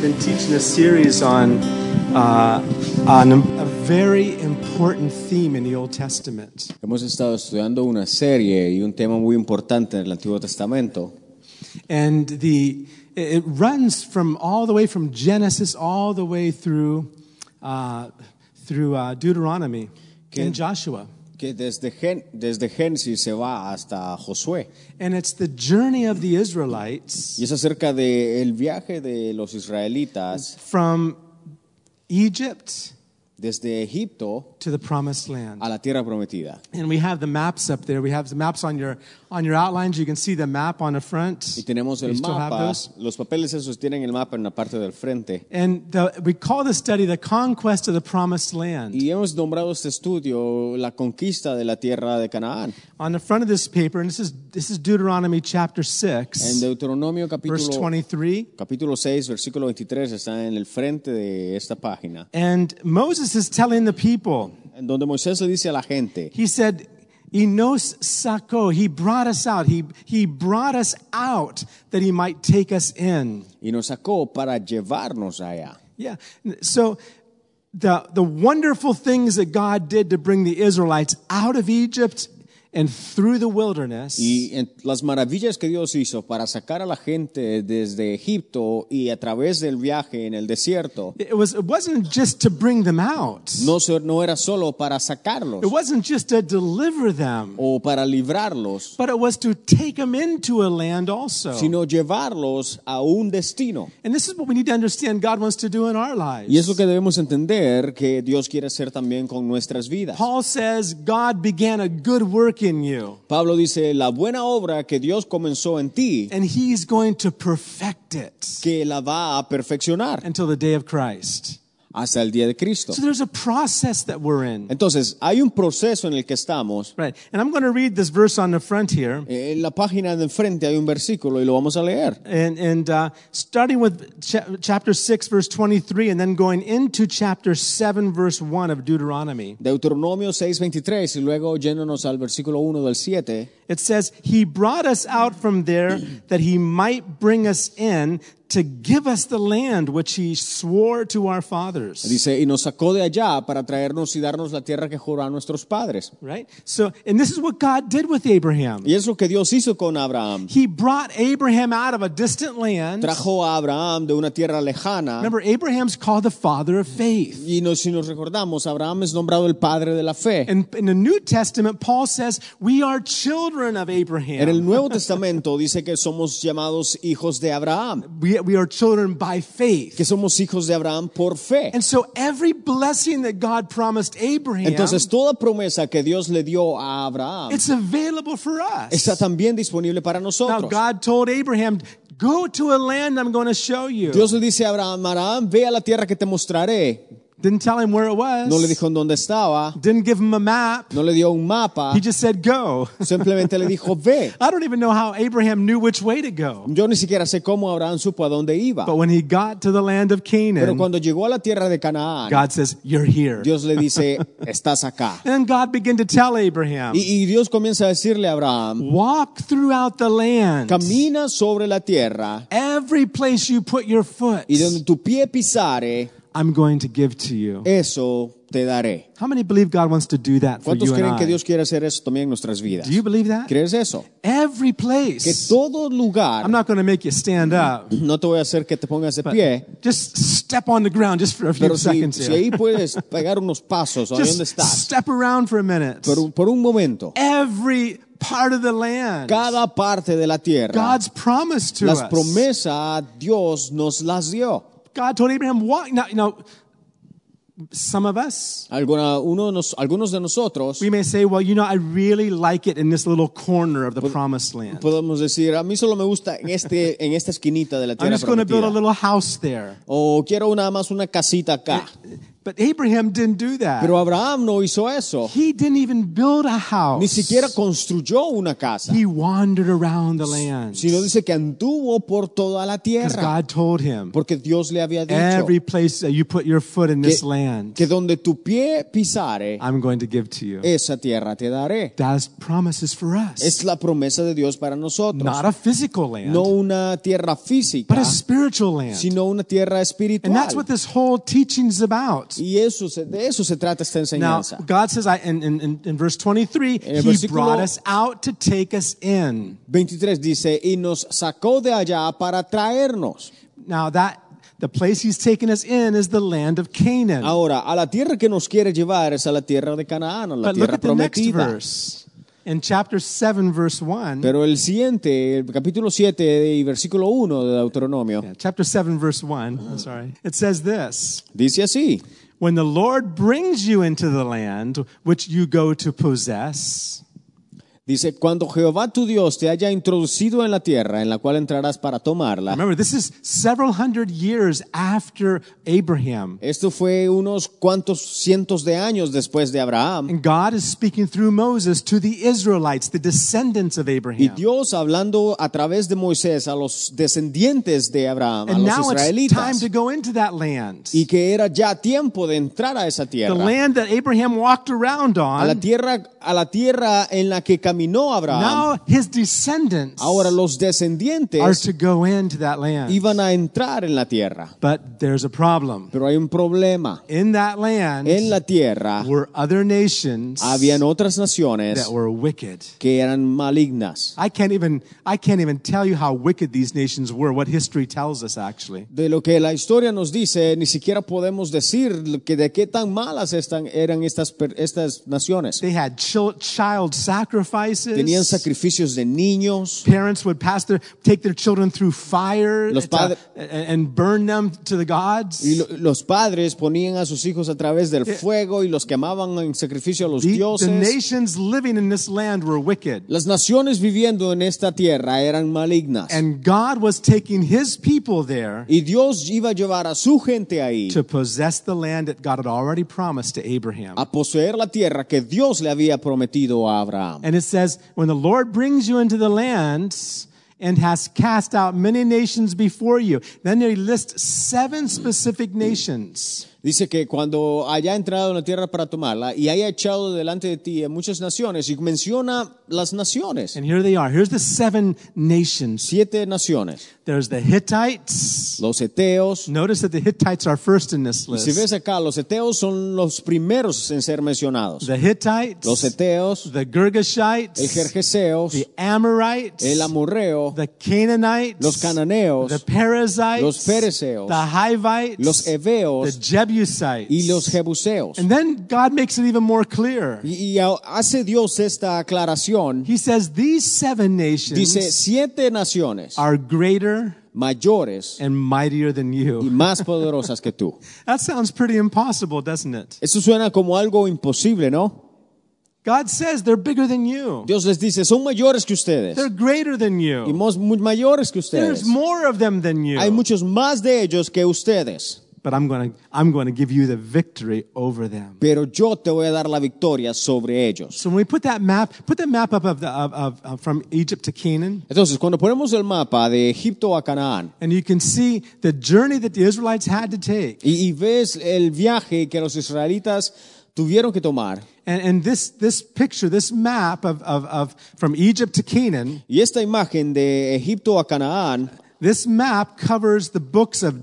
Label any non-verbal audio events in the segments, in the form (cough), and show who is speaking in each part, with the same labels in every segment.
Speaker 1: been teaching a series on uh, on a very important theme in the Old Testament.
Speaker 2: Hemos estado estudiando una serie y un tema muy importante en el Antiguo Testamento.
Speaker 1: And the it runs from all the way from Genesis all the way through uh, through uh, Deuteronomy and Joshua.
Speaker 2: que desde, Gen- desde Génesis se va hasta Josué.
Speaker 1: And it's the journey of the Israelites
Speaker 2: Y es acerca del viaje de los israelitas
Speaker 1: from Egypt
Speaker 2: desde Egipto
Speaker 1: to the promised land.
Speaker 2: a la tierra prometida.
Speaker 1: And we have the maps up there. We have the maps on your on your outlines. You can see the map on the front.
Speaker 2: Y tenemos
Speaker 1: You
Speaker 2: el
Speaker 1: still have
Speaker 2: mapa,
Speaker 1: those?
Speaker 2: los papeles esos tienen el mapa en la parte del frente.
Speaker 1: And the, we call the study the conquest of the promised land.
Speaker 2: Y hemos nombrado este estudio la conquista de la tierra de Canaán.
Speaker 1: On the front of this paper, and this is this is Deuteronomy chapter
Speaker 2: En
Speaker 1: six,
Speaker 2: Deuteronomio
Speaker 1: verse
Speaker 2: capítulo,
Speaker 1: twenty three.
Speaker 2: capítulo 6, versículo 23, está en el frente de esta página,
Speaker 1: And Moses is telling the people,
Speaker 2: en donde Moisés le dice a la gente,
Speaker 1: he said, Enos Sako, he brought us out. He, he brought us out that he might take us in.
Speaker 2: y nos sacó para llevarnos allá.
Speaker 1: Yeah. So the, the wonderful things that God did to bring the Israelites out of Egypt and through the wilderness.
Speaker 2: Y en- las maravillas que Dios hizo para sacar a la gente desde Egipto y a través del viaje en el desierto,
Speaker 1: It was it wasn't just to bring them out.
Speaker 2: no, so- no era solo para sacarlos
Speaker 1: It wasn't just to deliver them,
Speaker 2: o para librarlos,
Speaker 1: but it was to take them into a land also.
Speaker 2: sino llevarlos a un destino.
Speaker 1: and this is what we need to understand God wants to do in our lives.
Speaker 2: Y es lo que debemos entender que Dios quiere hacer también con nuestras vidas.
Speaker 1: Paul says God began a good work in you
Speaker 2: Pablo dice, la buena obra que Dios comenzó en ti,
Speaker 1: and he's going to perfect it
Speaker 2: que la va a perfeccionar
Speaker 1: until the day of Christ.
Speaker 2: hasta el día de Cristo.
Speaker 1: So there's a process that we're in.
Speaker 2: Entonces, hay un proceso en el que estamos.
Speaker 1: Right. And I'm going to read this verse on the front here.
Speaker 2: En la página de enfrente hay un versículo y lo vamos a leer.
Speaker 1: And, and uh, starting with cha- chapter 6, verse 23, and then going into chapter 7, verse 1 of Deuteronomy.
Speaker 2: Deuteronomio 6:23 y luego yéndonos al versículo 1 del 7,
Speaker 1: It says, He brought us out from there (clears throat) that He might bring us in to give us the land which He swore to our fathers.
Speaker 2: dice, y nos sacó de allá para traernos y darnos la tierra que juró a nuestros padres.
Speaker 1: Right? So, and this is what God did with Abraham.
Speaker 2: Y es lo que Dios hizo con Abraham.
Speaker 1: He brought Abraham out of a distant land.
Speaker 2: Trajo a Abraham de una tierra lejana.
Speaker 1: Remember, Abraham's called the father of faith.
Speaker 2: Y nos, si nos recordamos, Abraham es nombrado el padre de la fe.
Speaker 1: And in the New Testament, Paul says, We are children of
Speaker 2: En el
Speaker 1: Abraham.
Speaker 2: Nuevo Testamento dice que somos llamados hijos de Abraham,
Speaker 1: We, we are children by faith.
Speaker 2: que somos hijos de Abraham por fe.
Speaker 1: And so every blessing that God promised Abraham,
Speaker 2: Entonces, toda promesa que Dios le dio a Abraham
Speaker 1: it's available for us.
Speaker 2: está también disponible para
Speaker 1: Now,
Speaker 2: nosotros.
Speaker 1: God told Abraham, Go to a land I'm going to show you.
Speaker 2: Dios le dice a Abraham, Abraham, ve a la tierra que te mostraré.
Speaker 1: Didn't tell him where it was,
Speaker 2: No le dijo en dónde estaba,
Speaker 1: didn't give him a map.
Speaker 2: no le dio un mapa,
Speaker 1: He just said, Go. (laughs)
Speaker 2: simplemente le dijo, ve.
Speaker 1: I don't even know how Abraham knew which way to go.
Speaker 2: Yo ni siquiera sé cómo Abraham supo a dónde iba.
Speaker 1: But when he got to the land of
Speaker 2: Pero
Speaker 1: Canaan,
Speaker 2: cuando llegó a la tierra de Canaán,
Speaker 1: God says, You're here.
Speaker 2: Dios le dice, estás acá.
Speaker 1: And God began to tell Abraham,
Speaker 2: Y, y Dios comienza a decirle a Abraham,
Speaker 1: Walk throughout the land.
Speaker 2: camina sobre la tierra
Speaker 1: Every place you put your foot,
Speaker 2: y donde tu pie pisare,
Speaker 1: I'm going to give to you.
Speaker 2: eso te daré.
Speaker 1: How many believe God wants to do that for
Speaker 2: ¿Cuántos
Speaker 1: you and
Speaker 2: creen que
Speaker 1: I?
Speaker 2: Dios quiere hacer eso también en nuestras vidas?
Speaker 1: Do you believe that?
Speaker 2: ¿Crees eso?
Speaker 1: Every
Speaker 2: Que
Speaker 1: place.
Speaker 2: todo lugar,
Speaker 1: I'm not going to make you stand up.
Speaker 2: no te voy a hacer que te pongas de pie,
Speaker 1: Just step on the ground just for a few
Speaker 2: Pero si,
Speaker 1: seconds
Speaker 2: si
Speaker 1: here. (laughs)
Speaker 2: ahí puedes pegar unos pasos, ahí donde
Speaker 1: Just
Speaker 2: estás,
Speaker 1: step around for a minute.
Speaker 2: por, un- por un momento,
Speaker 1: Every part of the land.
Speaker 2: cada parte de la tierra,
Speaker 1: God's promise to
Speaker 2: las
Speaker 1: us.
Speaker 2: promesas Dios nos las dio.
Speaker 1: God told Abraham, walk. Now, you know, some of us,
Speaker 2: Alguna, uno de nos- algunos de nosotros
Speaker 1: we may say, well, you know, I really like it in this little corner of the promised land.
Speaker 2: podemos decir, a mí solo me gusta
Speaker 1: (laughs)
Speaker 2: en, este, en esta esquinita de la
Speaker 1: I'm
Speaker 2: tierra
Speaker 1: just going to build a
Speaker 2: prometida.
Speaker 1: little house there.
Speaker 2: O quiero nada más una casita acá.
Speaker 1: But Abraham didn't do that.
Speaker 2: Pero Abraham no hizo eso.
Speaker 1: He didn't even build a
Speaker 2: Ni
Speaker 1: house.
Speaker 2: siquiera construyó una casa.
Speaker 1: He wandered around the land.
Speaker 2: Sino dice que anduvo por toda la
Speaker 1: Because
Speaker 2: tierra.
Speaker 1: God told him,
Speaker 2: Porque Dios le había dicho
Speaker 1: every place that you put your foot in this
Speaker 2: que-
Speaker 1: land,
Speaker 2: que donde tu pie pisare,
Speaker 1: I'm going to give to you.
Speaker 2: esa tierra te daré.
Speaker 1: That's promises for us.
Speaker 2: Es la promesa de Dios para nosotros.
Speaker 1: Not a physical
Speaker 2: No
Speaker 1: land,
Speaker 2: una tierra
Speaker 1: but
Speaker 2: física,
Speaker 1: a spiritual land.
Speaker 2: sino una tierra
Speaker 1: And that's what
Speaker 2: espiritual.
Speaker 1: this whole teaching's about.
Speaker 2: Y eso, se- de eso se trata esta
Speaker 1: Now,
Speaker 2: enseñanza.
Speaker 1: God says I, in, in, in, in verse 23,
Speaker 2: En el
Speaker 1: He
Speaker 2: versículo-
Speaker 1: brought us out to take us in.
Speaker 2: 23 dice, y nos sacó de allá para traernos.
Speaker 1: Now, that the place He's taken us in is the land of Canaan.
Speaker 2: Ahora, a la tierra que nos quiere llevar es a la tierra de Canaán, a la
Speaker 1: But look
Speaker 2: tierra
Speaker 1: at the next
Speaker 2: prometida.
Speaker 1: verse. In chapter 7, verse 1.
Speaker 2: Pero el siguiente, el capítulo 7 y versículo 1 de Deuteronomio,
Speaker 1: Yeah, chapter 7, verse 1. I'm sorry. It says this
Speaker 2: dice así,
Speaker 1: When the Lord brings you into the land which you go to possess,
Speaker 2: dice, cuando Jehová tu Dios te haya introducido en la tierra en la cual entrarás para tomarla,
Speaker 1: remember, this is several hundred years after Abraham.
Speaker 2: esto fue unos cuantos cientos de años después de Abraham,
Speaker 1: And God is speaking through Moses to the Israelites, the descendants of
Speaker 2: y
Speaker 1: Abraham.
Speaker 2: Dios hablando a través de Moisés a los descendientes de Abraham, a
Speaker 1: And
Speaker 2: los
Speaker 1: now it's time
Speaker 2: israelitas,
Speaker 1: to go into that land.
Speaker 2: y que era ya tiempo de entrar a esa
Speaker 1: The
Speaker 2: tierra.
Speaker 1: land that Abraham walked around
Speaker 2: a la
Speaker 1: on,
Speaker 2: tierra a la tierra en la que caminó Abraham.
Speaker 1: now his descendants
Speaker 2: Ahora los
Speaker 1: are
Speaker 2: descendientes
Speaker 1: to go into that land.
Speaker 2: iban a entrar en la tierra,
Speaker 1: But there's a problem.
Speaker 2: pero hay un problema.
Speaker 1: In that land,
Speaker 2: En la tierra
Speaker 1: were other nations
Speaker 2: habían otras
Speaker 1: that
Speaker 2: naciones
Speaker 1: were wicked.
Speaker 2: que eran malignas.
Speaker 1: I can't even I can't even tell you how wicked these nations were. What history tells us actually.
Speaker 2: De lo que la historia nos dice, ni siquiera podemos decir que de qué tan malas están, eran estas, per- estas naciones.
Speaker 1: They had chil- child sacrifices.
Speaker 2: Tenían sacrificios de niños,
Speaker 1: Parents would pass their take their children through fire
Speaker 2: Los
Speaker 1: to-
Speaker 2: padres-
Speaker 1: and- and burn them to the gods.
Speaker 2: y lo- los padres ponían a sus hijos a través del fuego y los quemaban en sacrificio a los
Speaker 1: The, the
Speaker 2: dioses.
Speaker 1: nations living in this land were wicked.
Speaker 2: Las naciones viviendo en esta tierra eran malignas.
Speaker 1: And God was taking his people there
Speaker 2: y Dios iba a llevar a su gente ahí
Speaker 1: to possess the land that God had already promised to Abraham.
Speaker 2: a poseer la tierra que Dios le había prometido a Abraham.
Speaker 1: And it says, When the Lord brings you into the land and has cast out many nations before you. Then they list seven specific nations.
Speaker 2: Dice que cuando haya entrado en la tierra para tomarla y haya echado delante de ti a muchas naciones, y menciona las naciones,
Speaker 1: And here they are. Here's the seven nations.
Speaker 2: siete naciones,
Speaker 1: There's the Hittites.
Speaker 2: los eteos.
Speaker 1: Notice that the Hittites are first in this
Speaker 2: Y si
Speaker 1: list.
Speaker 2: ves acá, los eteos son los primeros en ser mencionados.
Speaker 1: The Hittites,
Speaker 2: Los eteos,
Speaker 1: the
Speaker 2: el
Speaker 1: Girgashites,
Speaker 2: jerjeseos,
Speaker 1: the Amorites,
Speaker 2: el amorreo,
Speaker 1: the Canaanites,
Speaker 2: los cananeos,
Speaker 1: the Perizzites,
Speaker 2: los fereceos,
Speaker 1: the Hivites,
Speaker 2: los
Speaker 1: the
Speaker 2: heveos
Speaker 1: Jebusites.
Speaker 2: y los jebuseos.
Speaker 1: And then God makes it even more clear.
Speaker 2: Y, y a- hace Dios esta aclaración.
Speaker 1: He says these seven nations
Speaker 2: Dice, siete naciones
Speaker 1: are greater
Speaker 2: mayores
Speaker 1: and mightier than
Speaker 2: y
Speaker 1: you.
Speaker 2: más poderosas que tú.
Speaker 1: That sounds pretty impossible, doesn't it?
Speaker 2: Eso suena como algo imposible, ¿no?
Speaker 1: God says they're bigger than you.
Speaker 2: Dios les dice, son mayores que ustedes.
Speaker 1: They're greater than
Speaker 2: Y
Speaker 1: you.
Speaker 2: mos- muy mayores que ustedes.
Speaker 1: There's more of them than
Speaker 2: Hay
Speaker 1: you.
Speaker 2: muchos más de ellos que ustedes.
Speaker 1: But I'm going to I'm going to give you the victory over them.
Speaker 2: Pero yo te voy a dar la victoria sobre ellos.
Speaker 1: So when we put that map, put that map up of the of, of, of from Egypt to Canaan,
Speaker 2: Entonces, cuando ponemos el mapa de Egipto a Canaán
Speaker 1: and you can see the journey that the Israelites had to take.
Speaker 2: y, y ves el viaje que los israelitas tuvieron que tomar,
Speaker 1: And, and this this picture, this map of, of, of from Egypt to Canaan
Speaker 2: y esta imagen de Egipto a Canaán
Speaker 1: This map covers the books of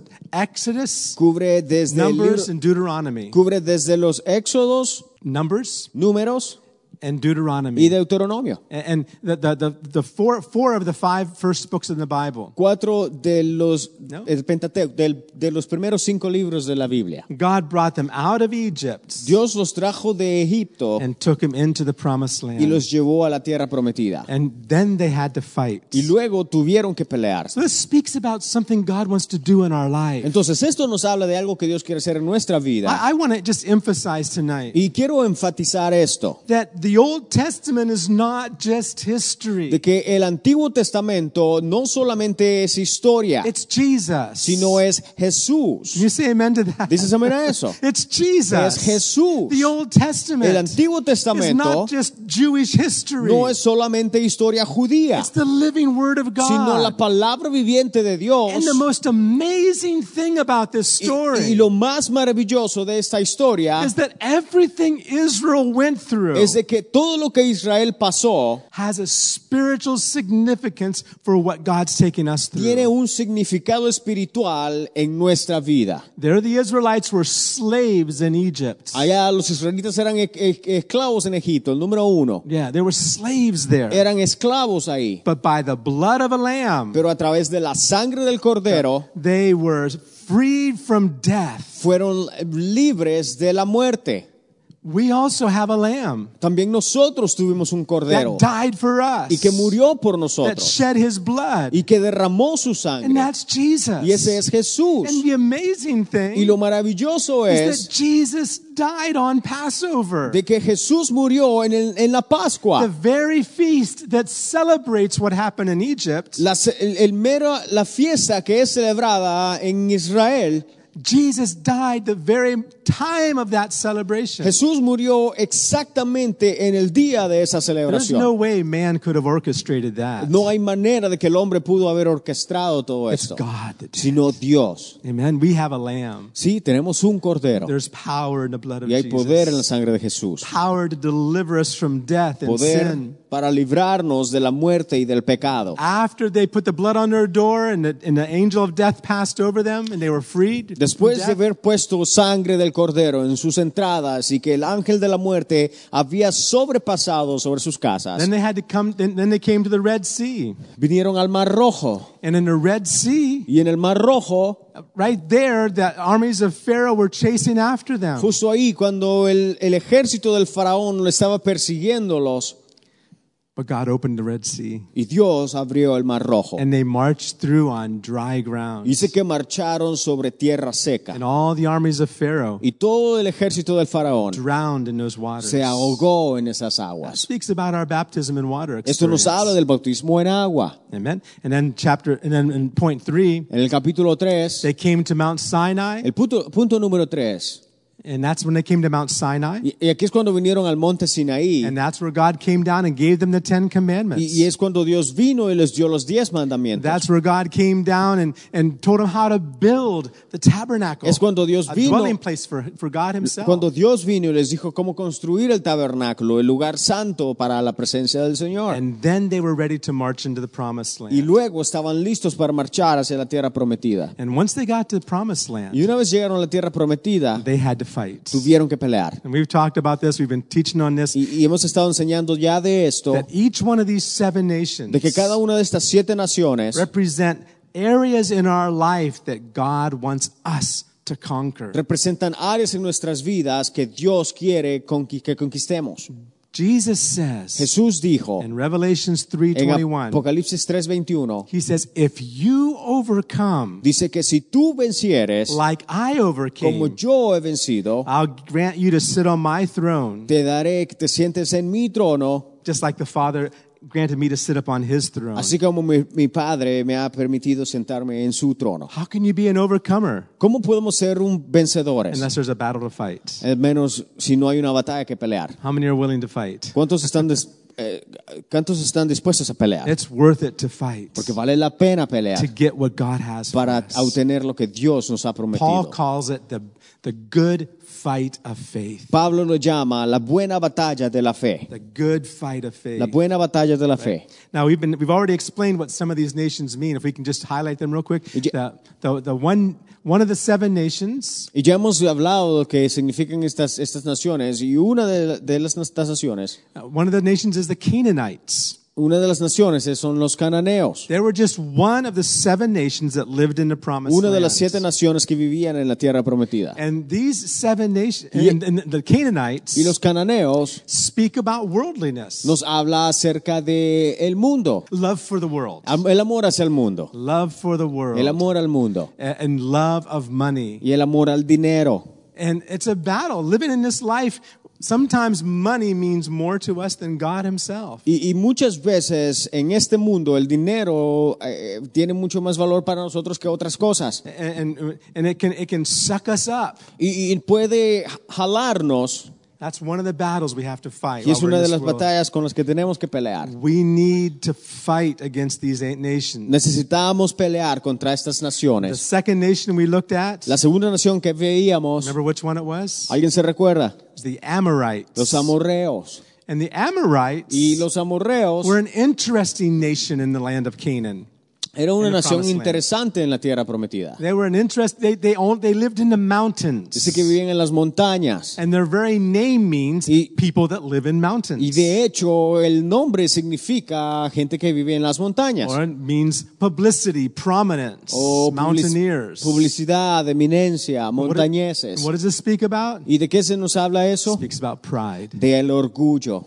Speaker 1: Exodus,
Speaker 2: cubre desde el libro-
Speaker 1: Numbers, and Deuteronomy.
Speaker 2: cubre desde los Éxodos,
Speaker 1: Numbers
Speaker 2: Números
Speaker 1: and
Speaker 2: y
Speaker 1: Deuteronomy.
Speaker 2: Deuteronomio.
Speaker 1: And the, the, the, the four, four of the five first books in the Bible.
Speaker 2: Cuatro de los
Speaker 1: No.
Speaker 2: el Pentateuco, del- de los primeros cinco libros de la Biblia.
Speaker 1: God brought them out of Egypt
Speaker 2: Dios los trajo de Egipto
Speaker 1: and took them into the promised
Speaker 2: y
Speaker 1: land.
Speaker 2: los llevó a la tierra prometida.
Speaker 1: And then they had to fight.
Speaker 2: Y luego tuvieron que pelear.
Speaker 1: So this speaks about something God wants to do in our life.
Speaker 2: Entonces esto nos habla de algo que
Speaker 1: Ah,
Speaker 2: Dios quiere hacer en nuestra vida.
Speaker 1: I, I want to just emphasize tonight
Speaker 2: Y quiero enfatizar esto,
Speaker 1: that the Old Testament is not just history,
Speaker 2: de que el Antiguo Testamento no solamente es historia,
Speaker 1: it's Jesus.
Speaker 2: sino es Jesús.
Speaker 1: Can you say amen to that?
Speaker 2: Dices amén a eso.
Speaker 1: (laughs) It's Jesus.
Speaker 2: Es Jesús.
Speaker 1: The Old Testament
Speaker 2: El Antiguo
Speaker 1: is
Speaker 2: Testamento
Speaker 1: not just Jewish history.
Speaker 2: no es solamente historia judía,
Speaker 1: It's the living Word of God.
Speaker 2: sino la palabra viviente de Dios.
Speaker 1: and the most amazing thing about this
Speaker 2: Y-
Speaker 1: story
Speaker 2: Y, lo más maravilloso de esta historia
Speaker 1: is that everything Israel went through
Speaker 2: es de que todo lo que Israel pasó
Speaker 1: has a spiritual significance for what God's taking us through.
Speaker 2: tiene un significado espiritual en nuestra vida.
Speaker 1: there the Israelites were slaves in Egypt.
Speaker 2: Allá los israelitas eran e- e- esclavos en Egipto, el número uno.
Speaker 1: yeah, they were slaves there.
Speaker 2: Eran esclavos ahí.
Speaker 1: but by the blood of a lamb,
Speaker 2: Pero a través de la sangre del cordero
Speaker 1: they were freed from death.
Speaker 2: fueron libres de la muerte.
Speaker 1: We also have a lamb
Speaker 2: También nosotros tuvimos un cordero
Speaker 1: that died for us.
Speaker 2: y que murió por
Speaker 1: that
Speaker 2: nosotros
Speaker 1: shed his blood.
Speaker 2: y que derramó su sangre.
Speaker 1: and that's Jesus.
Speaker 2: Y ese es Jesús.
Speaker 1: and the amazing thing
Speaker 2: Y lo maravilloso
Speaker 1: is
Speaker 2: es
Speaker 1: that Jesus died on Passover,
Speaker 2: de que Jesús murió en, el- en la
Speaker 1: the
Speaker 2: Pascua.
Speaker 1: very feast that celebrates what happened in Egypt.
Speaker 2: La, ce- el, el mero- la fiesta que es celebrada en Israel,
Speaker 1: Jesus died the very time of that celebration.
Speaker 2: Jesús murió exactamente en el día de esa
Speaker 1: There's no
Speaker 2: celebración.
Speaker 1: way man could have orchestrated that.
Speaker 2: No hay manera de que el hombre pudo haber orquestado todo
Speaker 1: it's
Speaker 2: esto,
Speaker 1: God that did.
Speaker 2: sino Dios.
Speaker 1: Amen. We have a lamb.
Speaker 2: Sí, tenemos un cordero
Speaker 1: There's power in the blood of
Speaker 2: y hay
Speaker 1: Jesus.
Speaker 2: poder en la sangre de Jesús.
Speaker 1: Power to deliver us from death and
Speaker 2: Poder
Speaker 1: sin.
Speaker 2: para librarnos de la muerte y del pecado.
Speaker 1: After they put the blood on their door and the, and the angel of death passed over them and they were freed. from
Speaker 2: Después de
Speaker 1: death,
Speaker 2: haber puesto sangre del cordero en sus entradas y que el ángel de la muerte había sobrepasado sobre sus casas,
Speaker 1: Then they had to come. Then, then they came to the Red Sea,
Speaker 2: vinieron al Mar Rojo.
Speaker 1: and in the Red Sea,
Speaker 2: Y en el Mar Rojo,
Speaker 1: right there, the armies of Pharaoh were chasing after them.
Speaker 2: justo ahí, cuando el, el ejército del faraón lo estaba persiguiéndolos,
Speaker 1: But God opened the Red Sea,
Speaker 2: y Dios abrió el Mar Rojo.
Speaker 1: and they marched through on dry
Speaker 2: Y
Speaker 1: ground.
Speaker 2: Dice que marcharon sobre tierra seca.
Speaker 1: And all the armies of Pharaoh
Speaker 2: Y todo el ejército del faraón
Speaker 1: drowned in those waters.
Speaker 2: se ahogó en esas
Speaker 1: That
Speaker 2: aguas.
Speaker 1: speaks about our baptism in water
Speaker 2: Esto nos
Speaker 1: experience.
Speaker 2: habla del bautismo en agua.
Speaker 1: Amen. And then chapter, and then in point three,
Speaker 2: En el capítulo 3,
Speaker 1: they came to Mount Sinai,
Speaker 2: el punto, punto número 3.
Speaker 1: and that's when they came to Mount Sinai,
Speaker 2: Y y aquí es cuando vinieron al monte Sinaí.
Speaker 1: and that's where God came down and gave them the Ten Commandments.
Speaker 2: Y, y es cuando Dios vino y les dio los diez mandamientos.
Speaker 1: That's where God came down and, and told him how to build the tabernacle.
Speaker 2: Es cuando Dios
Speaker 1: a
Speaker 2: vino-
Speaker 1: dwelling place for, for God himself.
Speaker 2: Cuando Dios vino y les dijo cómo construir el tabernáculo, el lugar santo para la presencia del Señor.
Speaker 1: and then they were ready to march into the promised land.
Speaker 2: Y luego estaban listos para marchar hacia la tierra prometida.
Speaker 1: and once they got to the promised land,
Speaker 2: Y una vez llegaron a la tierra prometida,
Speaker 1: they had to fight.
Speaker 2: tuvieron que pelear.
Speaker 1: And we've talked about this, we've been teaching on this,
Speaker 2: Y, y hemos estado enseñando ya de esto,
Speaker 1: that each one of these seven nations
Speaker 2: de que cada una de estas siete naciones
Speaker 1: represent areas in our life that God wants us to conquer.
Speaker 2: representan áreas en nuestras vidas que Dios quiere conqui- que conquistemos.
Speaker 1: Jesus says
Speaker 2: Jesús dijo
Speaker 1: in Revelations
Speaker 2: en
Speaker 1: 3.21,
Speaker 2: Apocalipsis 3:21.
Speaker 1: he says, if you overcome
Speaker 2: Dice que si tú vencieres,
Speaker 1: like I
Speaker 2: como
Speaker 1: overcame,
Speaker 2: yo he vencido,
Speaker 1: I'll grant you to sit on my throne,
Speaker 2: te daré que te sientes en mi trono,
Speaker 1: just like the Father granted me to sit upon his throne.
Speaker 2: así como mi, mi padre me ha permitido sentarme en su trono.
Speaker 1: How can you be an overcomer
Speaker 2: ¿Cómo podemos ser un vencedores?
Speaker 1: unless there's a battle to fight?
Speaker 2: Al menos si no hay una batalla que pelear.
Speaker 1: How many are willing to fight?
Speaker 2: ¿Cuántos están, des- (laughs) eh, ¿cuántos están dispuestos a pelear?
Speaker 1: It's worth it to fight
Speaker 2: Porque vale la pena
Speaker 1: to
Speaker 2: pelear
Speaker 1: get what God has for
Speaker 2: para
Speaker 1: us.
Speaker 2: obtener lo que Dios nos ha
Speaker 1: Paul
Speaker 2: prometido.
Speaker 1: calls it the, the good fight of faith.
Speaker 2: Pablo lo llama la buena batalla de la fe.
Speaker 1: The good fight of faith.
Speaker 2: La buena batalla de la fe.
Speaker 1: Now we've been we've already explained what some of these nations mean. If we can just highlight them real quick,
Speaker 2: ya-
Speaker 1: the, the, the one one of the seven nations
Speaker 2: Y ya hemos hablado de lo que significan estas, estas naciones y una de, de las estas naciones,
Speaker 1: Uh, One of the nations is the Canaanites.
Speaker 2: una de las naciones es- son los cananeos,
Speaker 1: They were just one of the seven nations that lived in the promised
Speaker 2: una de
Speaker 1: land.
Speaker 2: las siete naciones que vivían en la tierra prometida.
Speaker 1: and these seven nations, and, and the Canaanites,
Speaker 2: Y los cananeos
Speaker 1: speak about worldliness,
Speaker 2: nos habla acerca de el mundo,
Speaker 1: love for the world,
Speaker 2: am- el amor hacia el mundo,
Speaker 1: love for the world,
Speaker 2: el amor al mundo
Speaker 1: a- and love of money.
Speaker 2: y el amor al dinero.
Speaker 1: And it's a battle living in this life Sometimes money means more to us than God Himself.
Speaker 2: Y, y muchas veces en este mundo el dinero eh, tiene mucho más valor para nosotros que otras cosas.
Speaker 1: And, and, and it, can, it can suck us up.
Speaker 2: Y, y puede jalarnos.
Speaker 1: That's one of the battles we have to fight.
Speaker 2: Y es
Speaker 1: while we're
Speaker 2: una
Speaker 1: in
Speaker 2: de
Speaker 1: this
Speaker 2: las
Speaker 1: world.
Speaker 2: batallas con las que tenemos que pelear.
Speaker 1: We need to fight against these eight nations.
Speaker 2: Necesitamos pelear contra estas
Speaker 1: The
Speaker 2: naciones.
Speaker 1: second nation we looked at,
Speaker 2: La segunda nación que veíamos,
Speaker 1: remember which one it was? It
Speaker 2: ¿alguien se recuerda?
Speaker 1: was the Amorites.
Speaker 2: Los amorreos.
Speaker 1: and the Amorites
Speaker 2: Y los amorreos
Speaker 1: were an interesting nation in the land of Canaan.
Speaker 2: era una
Speaker 1: in the
Speaker 2: nación
Speaker 1: promised land.
Speaker 2: interesante en la tierra prometida.
Speaker 1: They were an interest. They they owned, they lived in the mountains,
Speaker 2: Dice que vivían en las montañas.
Speaker 1: and their very name means
Speaker 2: Y-
Speaker 1: people that live in mountains,
Speaker 2: Y de hecho, el nombre significa gente que vive en las montañas.
Speaker 1: or it means publicity, prominence,
Speaker 2: O public-
Speaker 1: mountaineers.
Speaker 2: publicidad,
Speaker 1: What,
Speaker 2: eminencia,
Speaker 1: it-
Speaker 2: montañeses.
Speaker 1: and what does it speak about?
Speaker 2: ¿Y de qué se nos habla
Speaker 1: It
Speaker 2: eso?
Speaker 1: speaks about pride.
Speaker 2: Del orgullo.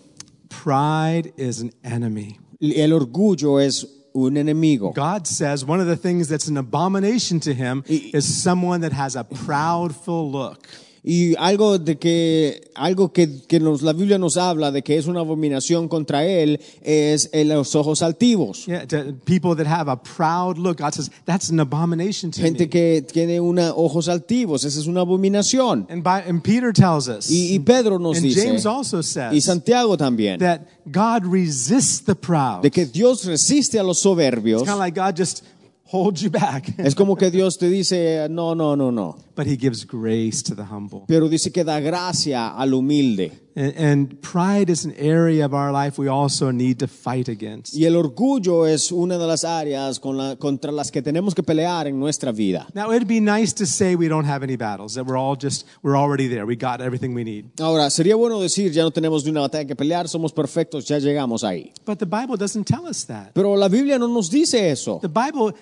Speaker 1: Pride is an enemy.
Speaker 2: El orgullo es un enemigo.
Speaker 1: God says one of the things that's an abomination to him
Speaker 2: Y-
Speaker 1: is someone that has a proudful look.
Speaker 2: Y algo de que algo que, que nos, la Biblia nos habla de que es una abominación contra él es en los ojos altivos.
Speaker 1: Yeah, to people that have a proud look, God says that's an abomination to me.
Speaker 2: Gente que tiene una, ojos altivos, esa es una abominación.
Speaker 1: And, by, and Peter tells us,
Speaker 2: Y, y Pedro nos
Speaker 1: and
Speaker 2: dice,
Speaker 1: James also
Speaker 2: y
Speaker 1: says,
Speaker 2: Santiago también,
Speaker 1: that God resists the proud.
Speaker 2: de
Speaker 1: It's
Speaker 2: que Dios resiste a los soberbios.
Speaker 1: kind of like God just holds you back, (laughs)
Speaker 2: Es como que Dios te dice, no, no, no, no.
Speaker 1: but He gives grace to the humble.
Speaker 2: Pero dice que da gracia al humilde.
Speaker 1: And, and pride is an area of our life we also need to fight against.
Speaker 2: Y el orgullo es una de las áreas con la- contra las que tenemos que pelear en nuestra vida.
Speaker 1: Now it'd be nice to say we don't have any battles, that we're all just we're already there. We got everything we need.
Speaker 2: Ahora, sería bueno decir, ya no tenemos ni una batalla que pelear, somos perfectos, ya llegamos ahí.
Speaker 1: But the Bible doesn't tell us that.
Speaker 2: Pero la Biblia no nos dice eso.
Speaker 1: The Bible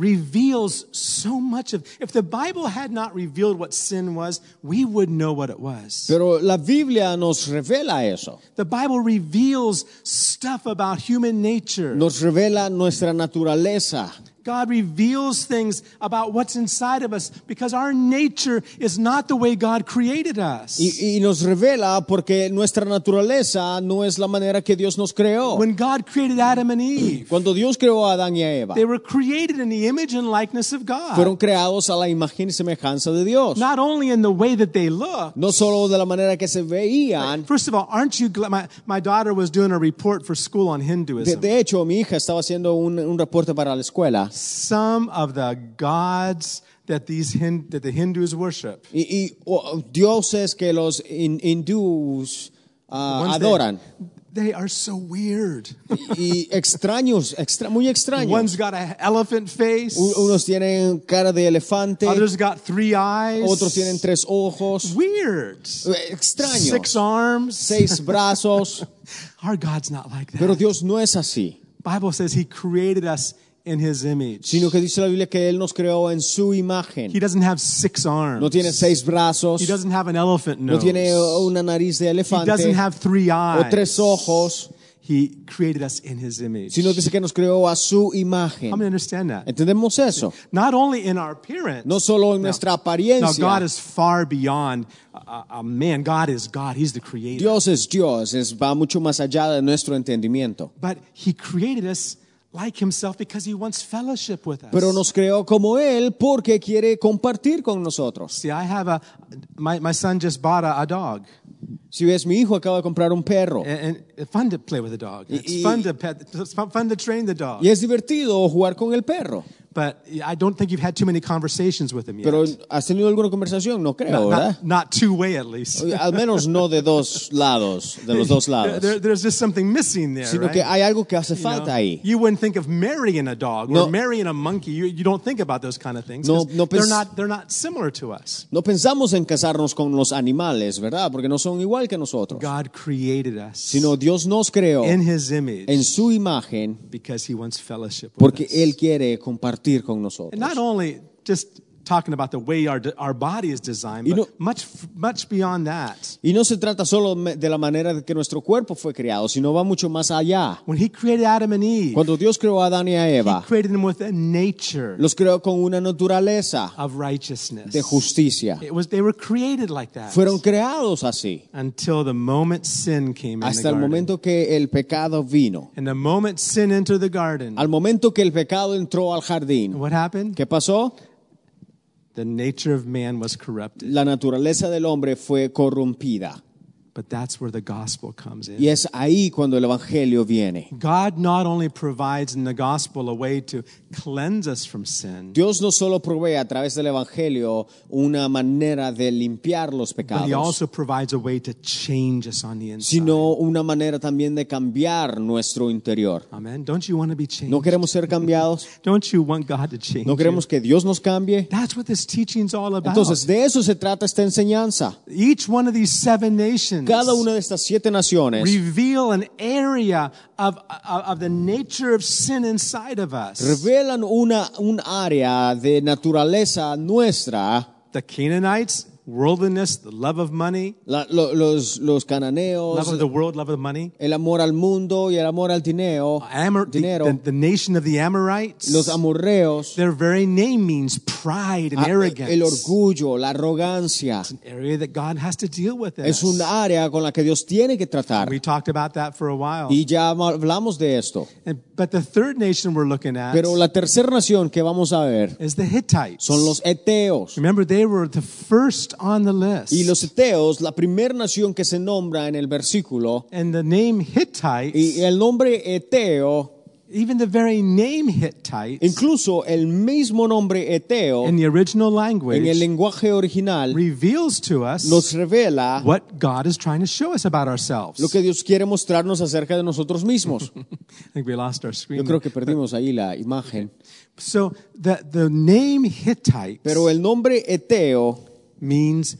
Speaker 1: reveals so much of if the Bible had not revealed what sin was, we would know what it was.
Speaker 2: Pero la Biblia nos revela eso.
Speaker 1: The Bible reveals stuff about human nature.
Speaker 2: Nos revela nuestra naturaleza.
Speaker 1: God reveals things about what's inside of us because our nature is not the way God created us.
Speaker 2: Y, y nos revela porque nuestra naturaleza no es la manera que Dios nos creó.
Speaker 1: When God created Adam and Eve,
Speaker 2: Cuando Dios creó a Adán y a Eva,
Speaker 1: they were created in the image and likeness of God.
Speaker 2: fueron creados a la imagen y semejanza de Dios.
Speaker 1: Not only in the way that they look.
Speaker 2: No solo de la manera que se veían.
Speaker 1: First of all, aren't you glad? My, my daughter was doing a report for school on
Speaker 2: De,
Speaker 1: Hinduism.
Speaker 2: de hecho, mi hija estaba haciendo un, un reporte para la escuela
Speaker 1: Some of the gods that, these Hin, that the Hindus worship.
Speaker 2: y, y, oh, dioses que los hin- hindús ah,
Speaker 1: ones
Speaker 2: adoran.
Speaker 1: They, they are so
Speaker 2: (laughs)
Speaker 1: weird.
Speaker 2: Y extraños, extra- muy extraños.
Speaker 1: One's got an elephant face.
Speaker 2: U- Unos tienen cara de elefante,
Speaker 1: Others got three eyes.
Speaker 2: otros tienen tres ojos.
Speaker 1: Weird. Six
Speaker 2: Extraños.
Speaker 1: arms.
Speaker 2: Seis brazos.
Speaker 1: Our God's not like that.
Speaker 2: Pero Dios no es así,
Speaker 1: Bible says He created us in His image.
Speaker 2: sino que dice la Biblia que Él nos creó en su imagen.
Speaker 1: He doesn't have six arms.
Speaker 2: No tiene seis brazos,
Speaker 1: He doesn't have an elephant
Speaker 2: no
Speaker 1: nose.
Speaker 2: tiene una nariz de
Speaker 1: He doesn't
Speaker 2: elefante
Speaker 1: have three eyes.
Speaker 2: o tres ojos,
Speaker 1: He created us in His image.
Speaker 2: sino dice que nos creó a
Speaker 1: I'm
Speaker 2: su
Speaker 1: going
Speaker 2: imagen.
Speaker 1: to understand that.
Speaker 2: ¿Entendemos eso?
Speaker 1: Not only in our appearance.
Speaker 2: No solo en nuestra
Speaker 1: Now, God
Speaker 2: apariencia.
Speaker 1: is far beyond a, a man. God is God. He's the creator.
Speaker 2: Dios es Dios, es, va mucho más allá de nuestro entendimiento.
Speaker 1: But He created us like Himself because He wants fellowship with us.
Speaker 2: Pero nos creó como Él porque quiere compartir con nosotros.
Speaker 1: See, I have a, my, my son just bought a, a dog.
Speaker 2: Si ves, mi hijo acaba de comprar un perro.
Speaker 1: And, and it's fun to play with a dog. It's
Speaker 2: y-
Speaker 1: fun to pet, it's fun, fun to train the dog.
Speaker 2: Y es divertido jugar con el perro.
Speaker 1: But I don't think you've had too many conversations with him yet.
Speaker 2: Pero ¿has tenido alguna conversación? No creo, ¿verdad?
Speaker 1: not, not two way at least.
Speaker 2: Al menos no de dos lados, de los dos lados.
Speaker 1: There- there's just something missing there,
Speaker 2: Sino
Speaker 1: right?
Speaker 2: que hay algo que hace
Speaker 1: You know,
Speaker 2: falta ahí.
Speaker 1: you wouldn't think of marrying a dog
Speaker 2: No.
Speaker 1: or marrying a monkey. You, you don't think about those kind of things.
Speaker 2: No,
Speaker 1: 'cause
Speaker 2: no
Speaker 1: they're
Speaker 2: pens-
Speaker 1: not they're not similar to us.
Speaker 2: No pensamos en casarnos con los animales, ¿verdad? Porque no son igual que nosotros.
Speaker 1: God created us
Speaker 2: Sino Dios nos creó
Speaker 1: in His image
Speaker 2: en su imagen
Speaker 1: because He wants fellowship with
Speaker 2: porque
Speaker 1: us.
Speaker 2: Él quiere compartir con
Speaker 1: And
Speaker 2: nosotros.
Speaker 1: not only just talking about the way our, our body is designed,
Speaker 2: You
Speaker 1: but
Speaker 2: know-
Speaker 1: much, much beyond that.
Speaker 2: Y no se trata solo me- de la manera de que nuestro cuerpo fue creado, sino va mucho más allá.
Speaker 1: When he created Adam and Eve,
Speaker 2: Cuando Dios creó a Adán y a
Speaker 1: he
Speaker 2: Eva,
Speaker 1: created them with a nature
Speaker 2: los creó con una naturaleza
Speaker 1: of righteousness.
Speaker 2: de justicia.
Speaker 1: It was, they were created like that
Speaker 2: Fueron creados así.
Speaker 1: until the moment sin came in the
Speaker 2: Hasta el
Speaker 1: garden.
Speaker 2: momento que el pecado vino.
Speaker 1: And the moment sin entered the garden,
Speaker 2: Al momento que el pecado entró al jardín.
Speaker 1: what happened?
Speaker 2: ¿Qué pasó?
Speaker 1: The nature of man was corrupted.
Speaker 2: La naturaleza del hombre fue corrompida.
Speaker 1: But that's where the gospel comes in.
Speaker 2: Y es ahí cuando el Evangelio viene.
Speaker 1: God not only provides in the gospel a way to cleanse us from sin,
Speaker 2: Dios no solo provee a través del Evangelio una manera de limpiar los
Speaker 1: but He
Speaker 2: pecados,
Speaker 1: also provides a way to change us on the inside.
Speaker 2: sino una manera también de cambiar nuestro interior.
Speaker 1: Amen. Don't you want to be changed?
Speaker 2: No queremos ser cambiados,
Speaker 1: Don't you want God to change?
Speaker 2: no
Speaker 1: you?
Speaker 2: queremos que Dios nos cambie.
Speaker 1: That's what this teaching's all about.
Speaker 2: Entonces, de eso se trata esta enseñanza.
Speaker 1: Each one of these seven nations
Speaker 2: Cada una de estas siete naciones
Speaker 1: reveal an area of, of, of the nature of sin inside of us.
Speaker 2: revelan una, un área de naturaleza nuestra.
Speaker 1: the Canaanites, worldliness, the love of money,
Speaker 2: La- lo- los, los
Speaker 1: love of
Speaker 2: cananeos,
Speaker 1: the world, love of money.
Speaker 2: el amor al mundo y el amor al dinero,
Speaker 1: Amor, the,
Speaker 2: dinero.
Speaker 1: the, the nation of the Amorites.
Speaker 2: los amorreos,
Speaker 1: Their very name means pride and
Speaker 2: Ah,
Speaker 1: arrogance.
Speaker 2: El orgullo, la arrogancia
Speaker 1: An area that God has to deal with. in
Speaker 2: es
Speaker 1: us.
Speaker 2: un área con la que Dios tiene que tratar.
Speaker 1: We talked about that for a while.
Speaker 2: Y ya hablamos de esto.
Speaker 1: And, but the third nation we're looking at
Speaker 2: Pero la tercera nación que vamos a ver
Speaker 1: is the Hittites.
Speaker 2: son los eteos.
Speaker 1: Remember, they were the first on the list.
Speaker 2: Y los eteos, la primera nación que se nombra en el versículo,
Speaker 1: and the name Hittites,
Speaker 2: y el nombre eteo,
Speaker 1: even the very name Hittites,
Speaker 2: incluso el mismo nombre eteo
Speaker 1: in the original language,
Speaker 2: en el lenguaje original,
Speaker 1: reveals to us
Speaker 2: nos revela
Speaker 1: what God is trying to show us about ourselves.
Speaker 2: lo que Dios quiere mostrarnos acerca de nosotros mismos.
Speaker 1: I think we lost our
Speaker 2: Yo
Speaker 1: screen.
Speaker 2: creo que perdimos ahí la imagen.
Speaker 1: So the, the name Hittites
Speaker 2: Pero el nombre eteo
Speaker 1: means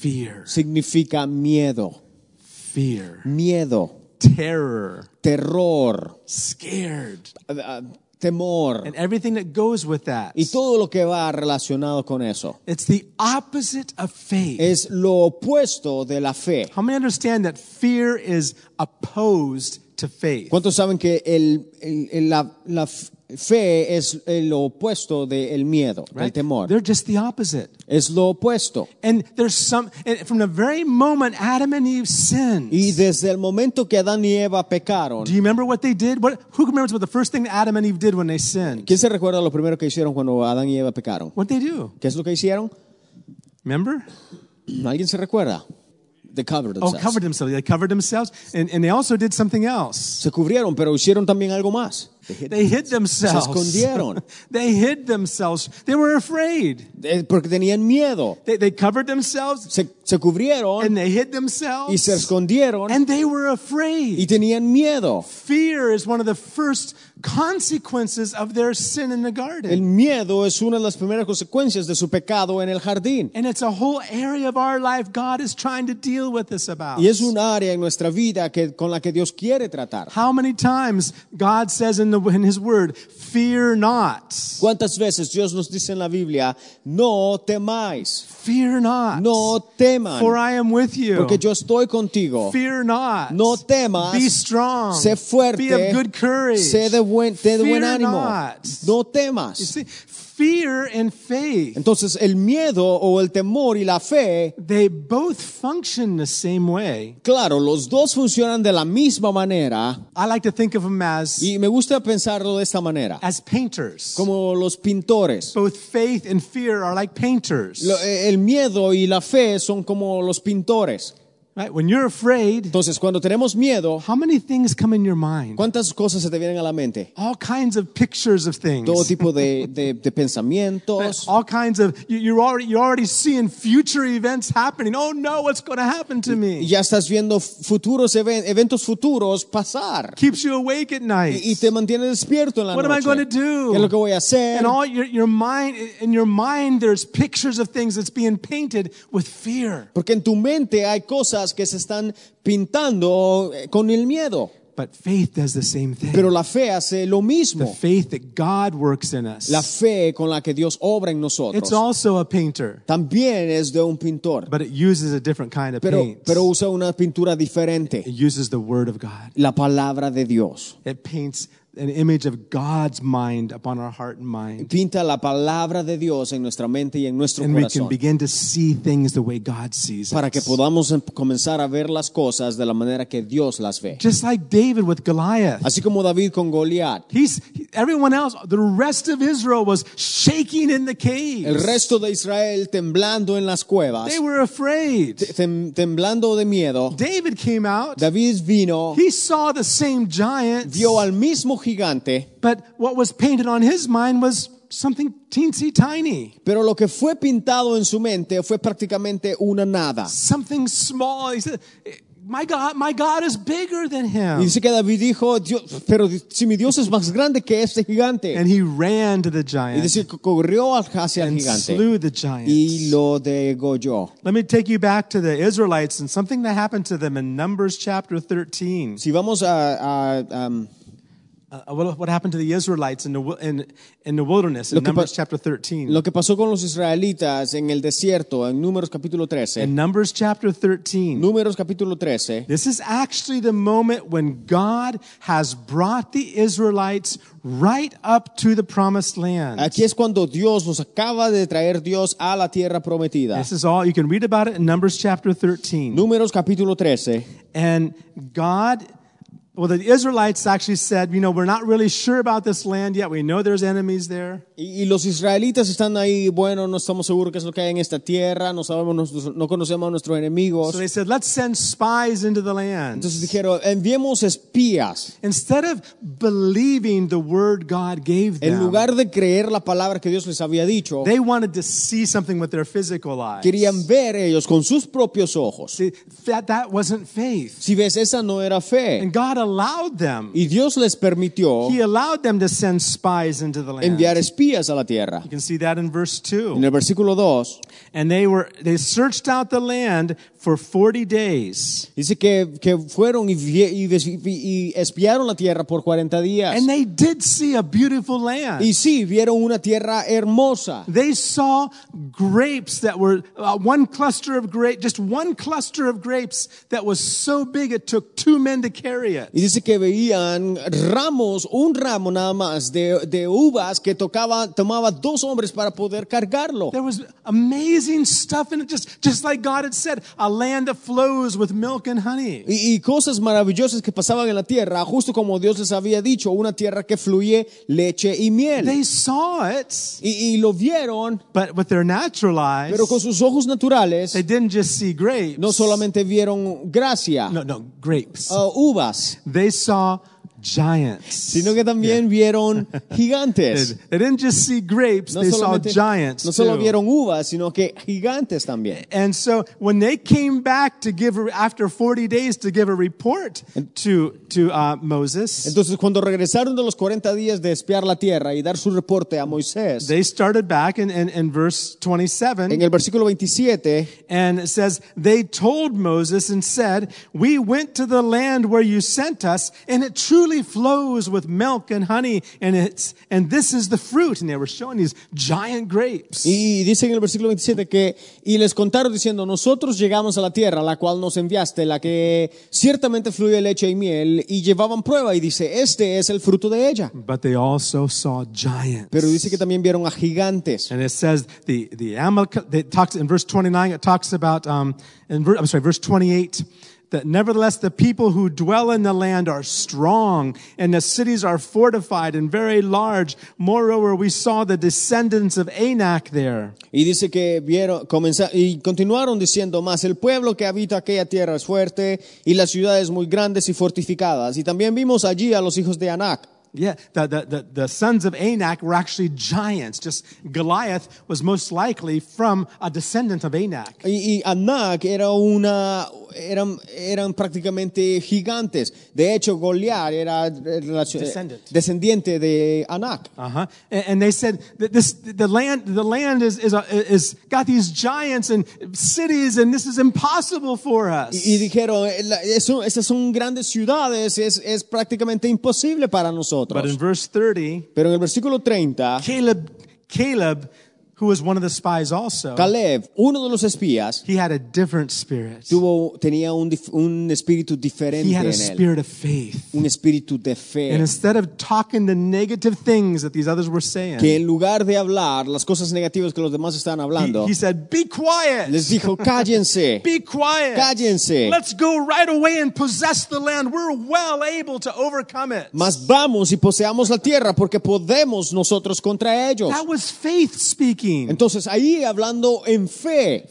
Speaker 1: fear,
Speaker 2: significa miedo,
Speaker 1: fear,
Speaker 2: miedo,
Speaker 1: terror,
Speaker 2: terror,
Speaker 1: scared,
Speaker 2: ah, temor
Speaker 1: and everything that goes with that.
Speaker 2: y todo lo que va relacionado con eso.
Speaker 1: It's the opposite of faith.
Speaker 2: Es lo opuesto de la fe.
Speaker 1: How many understand that fear is opposed to faith?
Speaker 2: ¿Cuántos saben que el- el- el- la, la f- fe es el opuesto del miedo, el
Speaker 1: Right?
Speaker 2: temor?
Speaker 1: They're just the opposite.
Speaker 2: Es lo opuesto.
Speaker 1: And there's some, and from the very moment Adam and Eve sinned,
Speaker 2: Y desde el momento que Adán y Eva pecaron,
Speaker 1: do you remember what they did? What, who remembers what the first thing that Adam and Eve did when they sinned?
Speaker 2: ¿quién se recuerda lo primero que hicieron cuando Adán y Eva pecaron?
Speaker 1: What did they do?
Speaker 2: ¿Qué es lo que hicieron?
Speaker 1: Remember?
Speaker 2: ¿Alguien se recuerda? They covered
Speaker 1: Oh,
Speaker 2: themselves.
Speaker 1: covered themselves. They covered themselves, and, and they also did something else.
Speaker 2: Se cubrieron, pero hicieron también algo más.
Speaker 1: They hid themselves.
Speaker 2: escondieron.
Speaker 1: (laughs) they hid themselves. They were afraid.
Speaker 2: Eh, Porque tenían miedo.
Speaker 1: They, they covered themselves
Speaker 2: Se, se cubrieron
Speaker 1: and they hid
Speaker 2: y se
Speaker 1: themselves,
Speaker 2: escondieron
Speaker 1: and they were afraid.
Speaker 2: y tenían miedo.
Speaker 1: Fear is one of the first consequences of their sin in the
Speaker 2: El
Speaker 1: garden.
Speaker 2: miedo es una de las primeras consecuencias de su pecado en el jardín.
Speaker 1: And it's a whole area of our life God is trying to deal with us about.
Speaker 2: Y es un área en nuestra vida que, con la que Dios quiere tratar.
Speaker 1: How many times God says in, the, in His Word, fear not.
Speaker 2: ¿Cuántas veces Dios nos dice en la Biblia, no temáis,
Speaker 1: Fear not.
Speaker 2: no teman,
Speaker 1: For I am with you.
Speaker 2: porque yo estoy contigo?
Speaker 1: Fear not.
Speaker 2: No temas.
Speaker 1: Be strong.
Speaker 2: Sé fuerte.
Speaker 1: Be of good courage.
Speaker 2: Sé de buen, ten de
Speaker 1: fear
Speaker 2: buen ánimo.
Speaker 1: Not.
Speaker 2: No
Speaker 1: You
Speaker 2: temas.
Speaker 1: see, fear and faith,
Speaker 2: Entonces el miedo o el temor y la fe,
Speaker 1: they both function the same way.
Speaker 2: claro, los dos funcionan de la misma manera
Speaker 1: I like to think of them as
Speaker 2: y me gusta pensarlo de esta manera,
Speaker 1: as painters.
Speaker 2: como los pintores.
Speaker 1: Both faith and fear are like painters.
Speaker 2: Lo- eh, el miedo y la fe son como los pintores.
Speaker 1: Right? When you're afraid,
Speaker 2: Entonces cuando tenemos miedo,
Speaker 1: how many things come in your mind?
Speaker 2: ¿cuántas cosas se te vienen a la mente?
Speaker 1: All kinds of pictures of
Speaker 2: Todo
Speaker 1: things.
Speaker 2: tipo de, de- de pensamientos.
Speaker 1: All kinds of you, you're already you're already seeing future events happening. Oh no, what's going to happen to
Speaker 2: Y
Speaker 1: me?
Speaker 2: ya estás viendo futuros even- eventos futuros pasar.
Speaker 1: Keeps you awake at night.
Speaker 2: y te mantiene despierto en la
Speaker 1: What am I
Speaker 2: noche.
Speaker 1: gonna do?
Speaker 2: ¿Qué es lo que voy a hacer?
Speaker 1: And all your your mind in your mind there's pictures of things that's being painted with fear.
Speaker 2: Porque en tu mente hay cosas que se están pintando eh, con el miedo.
Speaker 1: But faith does the same thing.
Speaker 2: Pero la fe hace lo
Speaker 1: the
Speaker 2: mismo.
Speaker 1: faith that God works in us.
Speaker 2: La fe con la que Dios obra en
Speaker 1: It's
Speaker 2: nosotros
Speaker 1: also a painter,
Speaker 2: también es de un pintor,
Speaker 1: but it uses a different kind of
Speaker 2: pero,
Speaker 1: paint.
Speaker 2: pero usa una pintura
Speaker 1: it
Speaker 2: diferente,
Speaker 1: uses the Word of God.
Speaker 2: la palabra de Dios.
Speaker 1: It paints an image of God's mind upon our heart and mind.
Speaker 2: Pinta la palabra de Dios en nuestra mente y en nuestro
Speaker 1: And we can
Speaker 2: corazón
Speaker 1: begin to see things the way God sees
Speaker 2: para que
Speaker 1: us.
Speaker 2: podamos em- comenzar a ver las cosas de la manera que Dios las ve.
Speaker 1: Just like David with Goliath.
Speaker 2: Así como David con Goliat,
Speaker 1: He's he- everyone else, the rest of Israel was shaking in the caves.
Speaker 2: el resto de Israel temblando en las cuevas,
Speaker 1: They were afraid.
Speaker 2: tem- temblando de miedo,
Speaker 1: David came out.
Speaker 2: David vino,
Speaker 1: He saw the same giant.
Speaker 2: vio al mismo gigante
Speaker 1: But what was painted on his mind was something teensy tiny,
Speaker 2: Pero lo que fue pintado en su mente fue prácticamente una nada.
Speaker 1: something small. He said, "My God, my God is bigger than
Speaker 2: Y
Speaker 1: him."
Speaker 2: dice que David dijo, "Dios- pero si mi Dios es más grande que este gigante.
Speaker 1: And he ran to the
Speaker 2: Y
Speaker 1: giant
Speaker 2: dice que corrió al- hacia el
Speaker 1: and
Speaker 2: gigante
Speaker 1: slew the giant.
Speaker 2: y lo degolló.
Speaker 1: Let me take you back to the Israelites and something that happened to them in Numbers chapter 13.
Speaker 2: Si vamos a, a- mm, a-
Speaker 1: Uh, what, what happened to the Israelites in the, wi- in, in the wilderness in
Speaker 2: Lo que pa-
Speaker 1: Numbers chapter 13.
Speaker 2: lo que pasó con los israelitas en el desierto, en Números capítulo 13.
Speaker 1: in Numbers chapter 13.
Speaker 2: Números capítulo 13.
Speaker 1: This is actually the moment when God has brought the Israelites right up to the promised land.
Speaker 2: Aquí es cuando Dios los acaba de traer Dios a la tierra prometida.
Speaker 1: This is all you can read about it in Numbers chapter 13.
Speaker 2: Números capítulo 13.
Speaker 1: And God well the Israelites actually said, you know, we're not really sure about this land yet. We know there's enemies there.
Speaker 2: Y, y los israelitas están ahí, bueno, no estamos seguros qué es lo que hay en esta tierra, no sabemos, nuestros- no conocemos a nuestros enemigos.
Speaker 1: So they said, let's send spies into the land.
Speaker 2: Entonces dijeron, enviemos espías.
Speaker 1: Instead of believing the word God gave
Speaker 2: En
Speaker 1: them,
Speaker 2: lugar de creer la palabra que Dios les había dicho,
Speaker 1: they wanted to see something with their physical eyes.
Speaker 2: querían ver ellos con sus propios ojos.
Speaker 1: See, that, that wasn't faith.
Speaker 2: Si ves, esa no era fe.
Speaker 1: And God allowed them.
Speaker 2: Y Dios les permitió
Speaker 1: He allowed them to send spies into the land.
Speaker 2: enviar espías a la tierra.
Speaker 1: You can see that in verse
Speaker 2: En
Speaker 1: 2.
Speaker 2: el versículo 2
Speaker 1: And they were they searched out the land for 40 days.
Speaker 2: dice que, que fueron y, vi- y ves- y- y espiaron la tierra por 40 días.
Speaker 1: And they did see a beautiful land.
Speaker 2: Y sí, vieron una tierra hermosa.
Speaker 1: They saw grapes that were uh, one cluster of grape, just one cluster of grapes that was so big it took two men to carry it.
Speaker 2: Y dice que veían ramos, un ramo nada más de, de uvas que tocaba, tomaba dos hombres para poder cargarlo.
Speaker 1: There was amazing stuff in it, just, just like God had said, a land that flows with milk and honey.
Speaker 2: Y, y cosas maravillosas que pasaban en la tierra, justo como Dios les había dicho, una tierra que fluye leche y miel.
Speaker 1: They saw it,
Speaker 2: Y, y lo vieron,
Speaker 1: but with their natural eyes,
Speaker 2: pero con sus ojos naturales
Speaker 1: they didn't just see grapes.
Speaker 2: no solamente vieron gracia,
Speaker 1: no, no, grapes.
Speaker 2: uh, uvas,
Speaker 1: They saw giants.
Speaker 2: sino que
Speaker 1: (laughs)
Speaker 2: también vieron
Speaker 1: they,
Speaker 2: gigantes.
Speaker 1: they didn't just see grapes,
Speaker 2: No,
Speaker 1: they saw
Speaker 2: solamente-
Speaker 1: giants.
Speaker 2: no solo
Speaker 1: too.
Speaker 2: vieron uvas, sino que gigantes también.
Speaker 1: And so when they came back to give a- after 40 days to give a report to to uh, Moses,
Speaker 2: Entonces, cuando regresaron de los 40 días de espiar la tierra y dar su reporte a Moisés,
Speaker 1: they started back in, in, in verse
Speaker 2: en
Speaker 1: 27
Speaker 2: el versículo 27,
Speaker 1: and it says they told Moses and said, "We went to the land where you sent us, and it truly flows with milk and honey, and it's and this is the fruit." And they were showing these giant grapes.
Speaker 2: y dice en el versículo 27 que, y les contaron diciendo, nosotros llegamos a la tierra, la cual nos enviaste, la que ciertamente fluye leche y miel, y llevaban prueba, y dice, este es el fruto de ella.
Speaker 1: But they also saw giants.
Speaker 2: Pero dice que también vieron a gigantes.
Speaker 1: And it says the the Amalek. It talks in verse twenty nine. It talks about um, in ver, I'm sorry, verse twenty eight. That nevertheless the people who dwell in the land are strong, and the cities are fortified and very large. Moreover, we saw the descendants of Anak there.
Speaker 2: Y dice que vieron, comenzar y continuaron diciendo más, el pueblo que habita aquella tierra es fuerte, y las ciudades muy grandes y fortificadas. Y también vimos allí a los hijos de Anac.
Speaker 1: Yeah, the, the, the, the sons of Anak were actually giants. Just Goliath was most likely from a descendant of Anak.
Speaker 2: Y, y Anak era una, eran, eran prácticamente gigantes. De hecho, Goliat era relacion-
Speaker 1: Descendant.
Speaker 2: descendiente de Anak.
Speaker 1: Uh-huh. And, and they said that this the land the land is is, a, is got these giants and cities and this is impossible for us.
Speaker 2: Y dijeron, "Eh, la- eso- esas son grandes ciudades, es, es prácticamente imposible para
Speaker 1: But in
Speaker 2: nosotros.
Speaker 1: verse 30,
Speaker 2: Pero en el versículo 30,
Speaker 1: Caleb Caleb who was one of the spies also,
Speaker 2: Caleb, uno de los espías,
Speaker 1: he had a different spirit.
Speaker 2: tuvo, tenía un, dif- un espíritu
Speaker 1: He
Speaker 2: diferente
Speaker 1: had a
Speaker 2: en él,
Speaker 1: spirit of faith.
Speaker 2: un espíritu de
Speaker 1: And
Speaker 2: fe.
Speaker 1: instead of talking the negative things that these others were saying,
Speaker 2: Que
Speaker 1: he,
Speaker 2: en lugar de hablar las cosas negativas que los demás están hablando,
Speaker 1: he said, "Be quiet."
Speaker 2: les dijo, cállense.
Speaker 1: Be quiet.
Speaker 2: Cállense.
Speaker 1: Let's go right away and possess the land. We're well able to overcome it.
Speaker 2: Mas vamos y poseamos la tierra porque podemos nosotros contra ellos.
Speaker 1: That was faith speaking.
Speaker 2: Entonces ahí hablando en fe,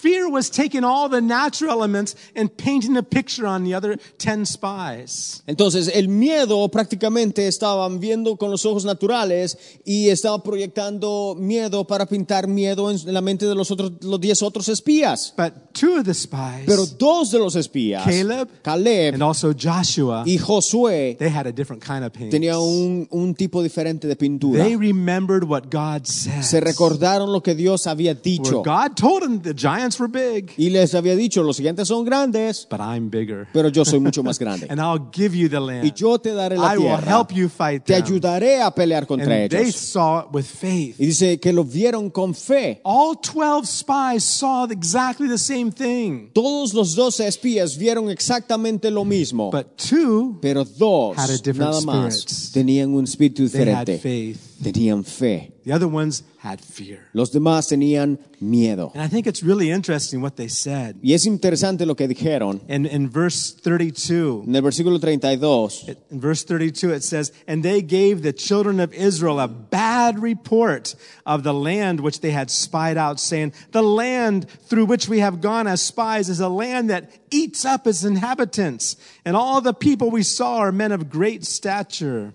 Speaker 1: Fear was taking all the natural elements and painting a picture on the other 10 spies.
Speaker 2: entonces el miedo prácticamente estaban viendo con los ojos naturales y estaba proyectando miedo para pintar miedo en la mente de los otros los diez otros espías.
Speaker 1: But two of the spies,
Speaker 2: Pero dos de los espías,
Speaker 1: Caleb,
Speaker 2: Caleb
Speaker 1: and also Joshua,
Speaker 2: y Josué,
Speaker 1: they had a different kind of paint.
Speaker 2: tenían un, un tipo diferente de pintura.
Speaker 1: They remembered what God said.
Speaker 2: Se recordaron lo que Dios había
Speaker 1: Where
Speaker 2: dicho
Speaker 1: God told them the giants were big,
Speaker 2: y les había dicho, los siguientes son grandes,
Speaker 1: but I'm bigger.
Speaker 2: pero yo soy mucho más grande.
Speaker 1: (laughs) And I'll give you the land.
Speaker 2: y yo te daré la
Speaker 1: I will
Speaker 2: tierra.
Speaker 1: help you fight
Speaker 2: Te
Speaker 1: them.
Speaker 2: ayudaré a pelear
Speaker 1: and
Speaker 2: contra
Speaker 1: they
Speaker 2: ellos.
Speaker 1: saw it with faith.
Speaker 2: Y dice que lo vieron con fe.
Speaker 1: All 12 spies saw exactly the same thing,
Speaker 2: Todos los doce espías vieron exactamente lo mismo.
Speaker 1: but two,
Speaker 2: Pero dos,
Speaker 1: Had a different
Speaker 2: nada más,
Speaker 1: spirit.
Speaker 2: tenían un espíritu
Speaker 1: they had
Speaker 2: diferente.
Speaker 1: faith.
Speaker 2: Tenían fe.
Speaker 1: The other ones had fear.
Speaker 2: Los demás tenían miedo.
Speaker 1: And I think it's really interesting what they said.
Speaker 2: Y es interesante lo que dijeron.
Speaker 1: And in verse 32,
Speaker 2: En el versículo 32
Speaker 1: it- in verse 32 it says, "And they gave the children of Israel a bad report of the land which they had spied out, saying, "The land through which we have gone as spies is a land that eats up its inhabitants, and all the people we saw are men of great stature."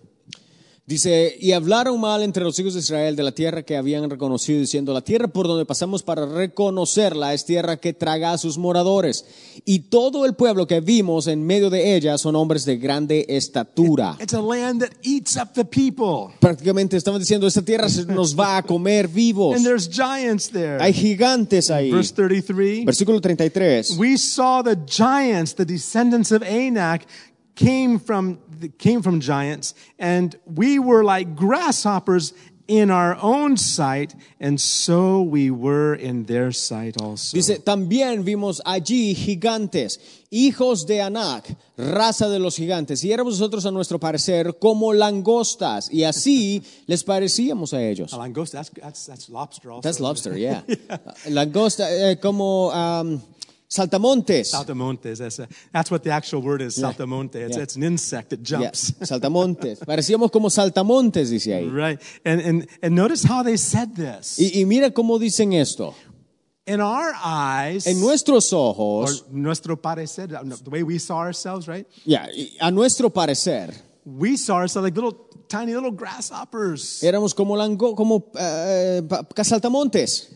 Speaker 2: Dice, y hablaron mal entre los hijos de Israel de la tierra que habían reconocido, diciendo, la tierra por donde pasamos para reconocerla es tierra que traga a sus moradores. Y todo el pueblo que vimos en medio de ella son hombres de grande
Speaker 1: (laughs)
Speaker 2: estatura.
Speaker 1: It's a land that eats up the people.
Speaker 2: Prácticamente estaban diciendo, esta tierra se nos va a comer vivos.
Speaker 1: And there's giants there.
Speaker 2: Hay gigantes ahí.
Speaker 1: Verse 33.
Speaker 2: Versículo 33.
Speaker 1: We saw the giants, the descendants of Anak, came from, came from giants, and we were like grasshoppers in our own sight, and so we were in their sight also.
Speaker 2: Dice, también vimos allí gigantes, hijos de Anak, raza de los gigantes, y éramos nosotros a nuestro parecer como langostas, y (laughs) así les parecíamos a ellos.
Speaker 1: A langosta, that's, that's, that's lobster also.
Speaker 2: That's lobster, Ah,
Speaker 1: (laughs)
Speaker 2: (laughs) yeah. Langosta, eh, como um, saltamontes.
Speaker 1: Saltamontes. That's, a, that's what the actual word is, saltamonte. It's,
Speaker 2: Yeah.
Speaker 1: it's an insect that
Speaker 2: Yeah,
Speaker 1: jumps.
Speaker 2: saltamontes. Parecíamos como saltamontes, dice ahí.
Speaker 1: Right. And, and, and notice how they said this.
Speaker 2: Y, y mira cómo dicen esto.
Speaker 1: In our eyes,
Speaker 2: En nuestros
Speaker 1: or
Speaker 2: ojos,
Speaker 1: nuestro parecer, the way we saw ourselves, right?
Speaker 2: yeah, y a nuestro parecer,
Speaker 1: We saw ourselves like little, tiny little grasshoppers.
Speaker 2: éramos como, lango, como eh, pa- ca- saltamontes.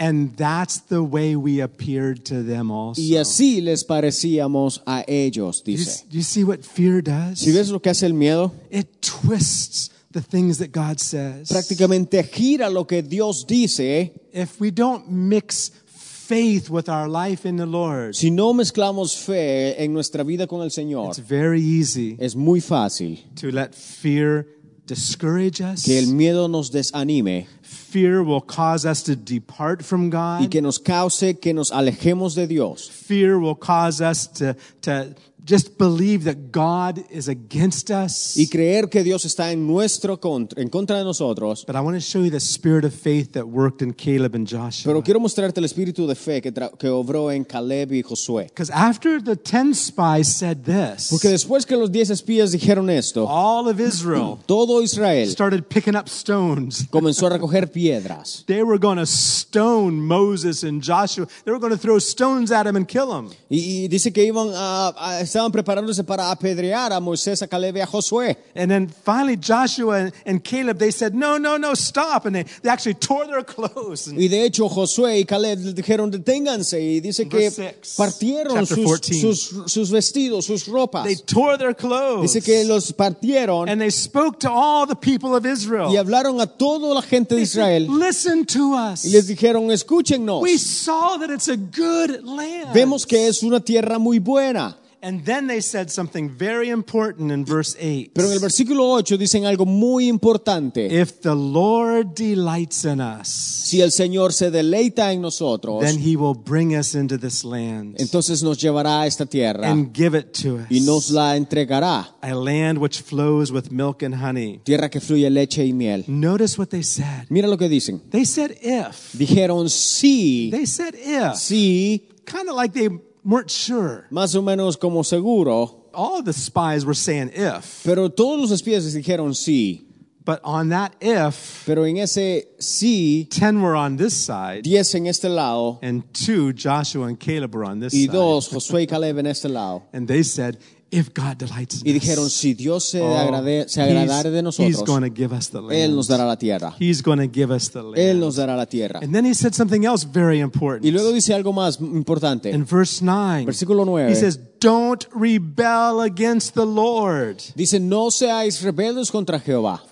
Speaker 1: And that's the way we appeared to them also.
Speaker 2: Y así les parecíamos a ellos,
Speaker 1: Do you,
Speaker 2: dice.
Speaker 1: do you see what fear does?
Speaker 2: Si ves lo que hace el miedo,
Speaker 1: It twists the things that God says.
Speaker 2: prácticamente gira lo que Dios dice.
Speaker 1: If we don't mix faith with our life in the Lord,
Speaker 2: Si no mezclamos fe en nuestra vida con el
Speaker 1: it's
Speaker 2: Señor,
Speaker 1: very easy
Speaker 2: es muy fácil
Speaker 1: to let fear discourage us.
Speaker 2: que el miedo nos desanime
Speaker 1: Fear will cause us to depart from God.
Speaker 2: y que nos cause que nos alejemos de Dios.
Speaker 1: Fear will cause us to, to just believe that God is against us.
Speaker 2: Y creer que Dios está en nuestro contra, en contra de nosotros.
Speaker 1: But I want to show you the spirit of faith that worked in Caleb and Joshua.
Speaker 2: Pero quiero mostrarte el espíritu de fe que, tra- que obró en Caleb y Josué.
Speaker 1: Because after the ten spies said
Speaker 2: Porque
Speaker 1: this,
Speaker 2: después que los diez espías dijeron esto,
Speaker 1: all of Israel
Speaker 2: todo Israel
Speaker 1: started picking up stones
Speaker 2: comenzó a recoger coger piedras.
Speaker 1: They were going to stone Moses and Joshua. They were going to throw stones at him and kill him.
Speaker 2: Y, y dice que iban a, a- estaban preparándose para apedrear a Moisés, a Caleb y a Josué.
Speaker 1: And then finally, Joshua and, and Caleb, they said, no, no, no, stop. And they, they actually tore their clothes. And
Speaker 2: Y de hecho Josué y Caleb le dijeron deténganse y dice que
Speaker 1: Verse six,
Speaker 2: partieron
Speaker 1: chapter
Speaker 2: sus,
Speaker 1: 14.
Speaker 2: sus- sus vestidos, sus ropas.
Speaker 1: they tore their clothes.
Speaker 2: Dice que los partieron
Speaker 1: And they spoke to all the people of
Speaker 2: y
Speaker 1: Israel.
Speaker 2: hablaron a toda la gente de
Speaker 1: They said,
Speaker 2: Israel
Speaker 1: Listen to us.
Speaker 2: y les dijeron escúchennos.
Speaker 1: We saw that it's a good land.
Speaker 2: Vemos que es una tierra muy buena.
Speaker 1: And then they said something very important in verse 8.
Speaker 2: Pero en el versículo 8 dicen algo muy importante.
Speaker 1: If the Lord delights in us,
Speaker 2: Si el Señor se deleita en nosotros,
Speaker 1: then he will bring us into this land
Speaker 2: entonces nos llevará a esta tierra
Speaker 1: and give it to
Speaker 2: y nos
Speaker 1: us.
Speaker 2: la entregará.
Speaker 1: A land which flows with milk and honey.
Speaker 2: Tierra que fluye leche y miel.
Speaker 1: Notice what they said.
Speaker 2: Mira lo que dicen.
Speaker 1: They said if.
Speaker 2: Dijeron sí,
Speaker 1: They said if.
Speaker 2: sí,
Speaker 1: Kind of like they weren't sure.
Speaker 2: más o menos como seguro,
Speaker 1: All the spies were saying if.
Speaker 2: pero todos los espías les dijeron sí.
Speaker 1: But on that if,
Speaker 2: Pero en ese sí,
Speaker 1: 10 were on this side,
Speaker 2: 10 en este lado
Speaker 1: and 2, Joshua and Caleb were on this
Speaker 2: y
Speaker 1: side.
Speaker 2: dos, Josué y Caleb en este lado.
Speaker 1: And they said, if God delights
Speaker 2: Y
Speaker 1: in
Speaker 2: dijeron,
Speaker 1: us,
Speaker 2: si Dios se,
Speaker 1: oh,
Speaker 2: agrade- se
Speaker 1: he's,
Speaker 2: agradare de
Speaker 1: he's going
Speaker 2: nosotros,
Speaker 1: to give us the
Speaker 2: Él
Speaker 1: land.
Speaker 2: nos dará la tierra.
Speaker 1: He's going to give us the
Speaker 2: Él
Speaker 1: land.
Speaker 2: nos dará la tierra.
Speaker 1: And then he said something else very important.
Speaker 2: Y luego dice algo más importante.
Speaker 1: in verse 9,
Speaker 2: Versículo nueve.
Speaker 1: he says, Don't rebel against the Lord.
Speaker 2: Dice, no seáis rebeldes contra Jehová,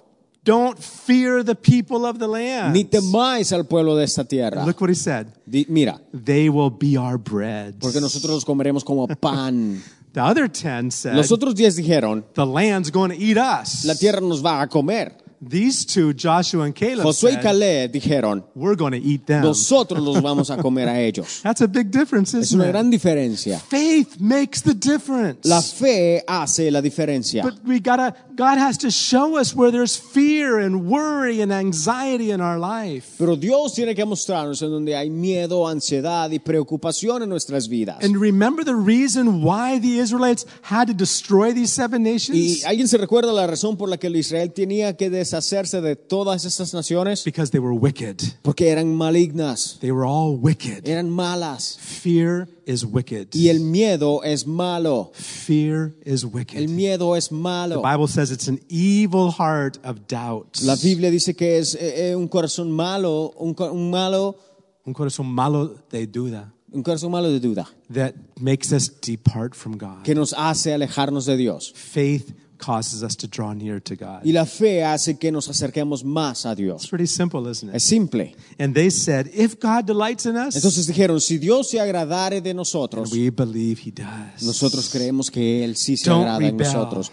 Speaker 1: Don't fear the people of the land.
Speaker 2: ni temáis al pueblo de esta tierra.
Speaker 1: Look what he said.
Speaker 2: Di- mira,
Speaker 1: They will be our bread.
Speaker 2: porque nosotros los comeremos como pan.
Speaker 1: The other 10 said,
Speaker 2: Los otros diez dijeron,
Speaker 1: The land's going to eat us.
Speaker 2: la tierra nos va a comer.
Speaker 1: These two, Joshua and Caleb,
Speaker 2: Josué y
Speaker 1: said,
Speaker 2: Caleb dijeron,
Speaker 1: We're going to eat them.
Speaker 2: nosotros los vamos a comer a
Speaker 1: (laughs)
Speaker 2: ellos.
Speaker 1: That's a big difference,
Speaker 2: Es
Speaker 1: isn't
Speaker 2: una
Speaker 1: it?
Speaker 2: gran diferencia.
Speaker 1: Faith makes the difference.
Speaker 2: La fe hace la diferencia.
Speaker 1: But we gotta, God has to show us where there's fear and worry and anxiety in our life.
Speaker 2: Pero Dios tiene que mostrarnos en donde hay miedo, ansiedad y preocupación en nuestras vidas.
Speaker 1: And remember the reason why the Israelites had to destroy these seven
Speaker 2: ¿Y
Speaker 1: nations?
Speaker 2: alguien se recuerda la razón por la que Israel tenía que deshacerse de todas estas naciones?
Speaker 1: Because they were wicked.
Speaker 2: Porque eran malignas,
Speaker 1: They were all wicked.
Speaker 2: eran malas.
Speaker 1: Fear is wicked.
Speaker 2: Y el miedo es malo.
Speaker 1: Fear is
Speaker 2: El
Speaker 1: wicked.
Speaker 2: miedo es
Speaker 1: The
Speaker 2: malo.
Speaker 1: Bible says it's an evil heart of doubt.
Speaker 2: La Biblia dice que es eh, eh, un corazón malo, un, co- un malo,
Speaker 1: Un corazón malo de duda
Speaker 2: un corazón malo de duda,
Speaker 1: that makes us depart from God.
Speaker 2: que nos hace alejarnos de Dios.
Speaker 1: Faith causes us to draw near to God.
Speaker 2: Y la fe hace que nos acerquemos más a
Speaker 1: It's
Speaker 2: Dios.
Speaker 1: pretty simple, isn't
Speaker 2: Es
Speaker 1: it?
Speaker 2: simple.
Speaker 1: And they said, if God delights in us,
Speaker 2: Entonces dijeron, si Dios se agradare de nosotros,
Speaker 1: we believe he does.
Speaker 2: nosotros creemos que Él sí se
Speaker 1: Don't
Speaker 2: agrada en
Speaker 1: rebel.
Speaker 2: nosotros.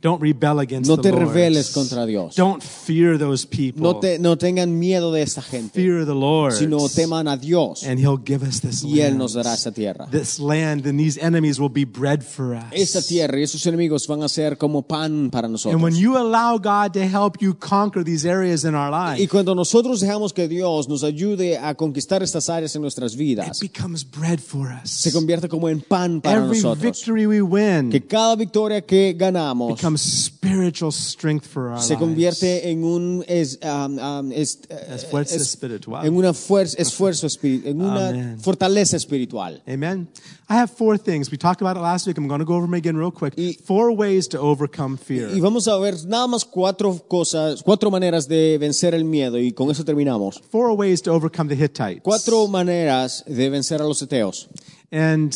Speaker 1: Don't rebel against
Speaker 2: No
Speaker 1: the
Speaker 2: te
Speaker 1: Lord.
Speaker 2: rebeles contra Dios.
Speaker 1: Don't fear those people.
Speaker 2: No, te, no tengan miedo de esta gente,
Speaker 1: fear the Lord.
Speaker 2: sino teman a Dios
Speaker 1: and he'll give us this
Speaker 2: y Él
Speaker 1: land.
Speaker 2: nos dará esta tierra.
Speaker 1: This land and these enemies will be bread for us.
Speaker 2: Esta tierra y esos enemigos van a ser como pan para
Speaker 1: and when
Speaker 2: nosotros.
Speaker 1: you allow God to help you conquer these areas in our life,
Speaker 2: Y cuando nosotros dejamos que Dios nos ayude a conquistar estas áreas en nuestras
Speaker 1: it
Speaker 2: vidas,
Speaker 1: becomes bread for us.
Speaker 2: se convierte como en pan para
Speaker 1: Every
Speaker 2: nosotros.
Speaker 1: victory we win
Speaker 2: Que cada victoria que ganamos
Speaker 1: becomes spiritual strength for our
Speaker 2: se
Speaker 1: lives.
Speaker 2: convierte en un es- um, um, es-
Speaker 1: As fuerza
Speaker 2: es-
Speaker 1: espiritual.
Speaker 2: en una fuerza esfuerzo espiri- en una
Speaker 1: Amén.
Speaker 2: fortaleza espiritual.
Speaker 1: Amen. I have four things. We talked about it last week. I'm going to go over them again real quick.
Speaker 2: Y-
Speaker 1: four ways to overcome fear.
Speaker 2: Y vamos a ver nada más cuatro cosas, cuatro maneras de vencer el miedo y con eso terminamos.
Speaker 1: four ways to overcome the Hittites.
Speaker 2: Cuatro maneras de vencer a los eteos. (clears throat)
Speaker 1: And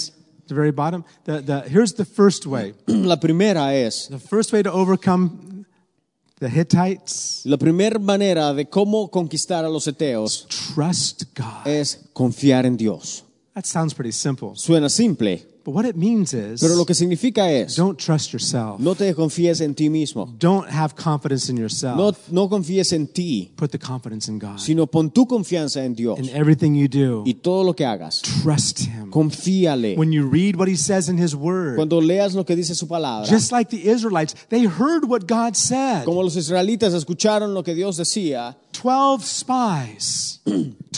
Speaker 1: the very bottom, the, the, here's the first way.
Speaker 2: La primera es,
Speaker 1: The first way to overcome the Hittites,
Speaker 2: la primera manera de cómo conquistar a los eteos
Speaker 1: trust God.
Speaker 2: es confiar en Dios.
Speaker 1: That sounds pretty simple.
Speaker 2: Suena simple,
Speaker 1: But what it means is
Speaker 2: pero lo que significa es,
Speaker 1: don't trust yourself.
Speaker 2: no te confíes en ti mismo,
Speaker 1: Don't have confidence in
Speaker 2: no,
Speaker 1: yourself.
Speaker 2: no confíes en ti,
Speaker 1: Put the confidence in God.
Speaker 2: sino pon tu confianza en Dios
Speaker 1: In everything you do,
Speaker 2: y todo lo que hagas.
Speaker 1: trust Him.
Speaker 2: Confíale.
Speaker 1: When you read what He says in His Word,
Speaker 2: Cuando leas lo que dice su palabra,
Speaker 1: Just like the Israelites, they heard what God said.
Speaker 2: como los israelitas escucharon lo que Dios decía,
Speaker 1: 12
Speaker 2: (clears throat)
Speaker 1: spies,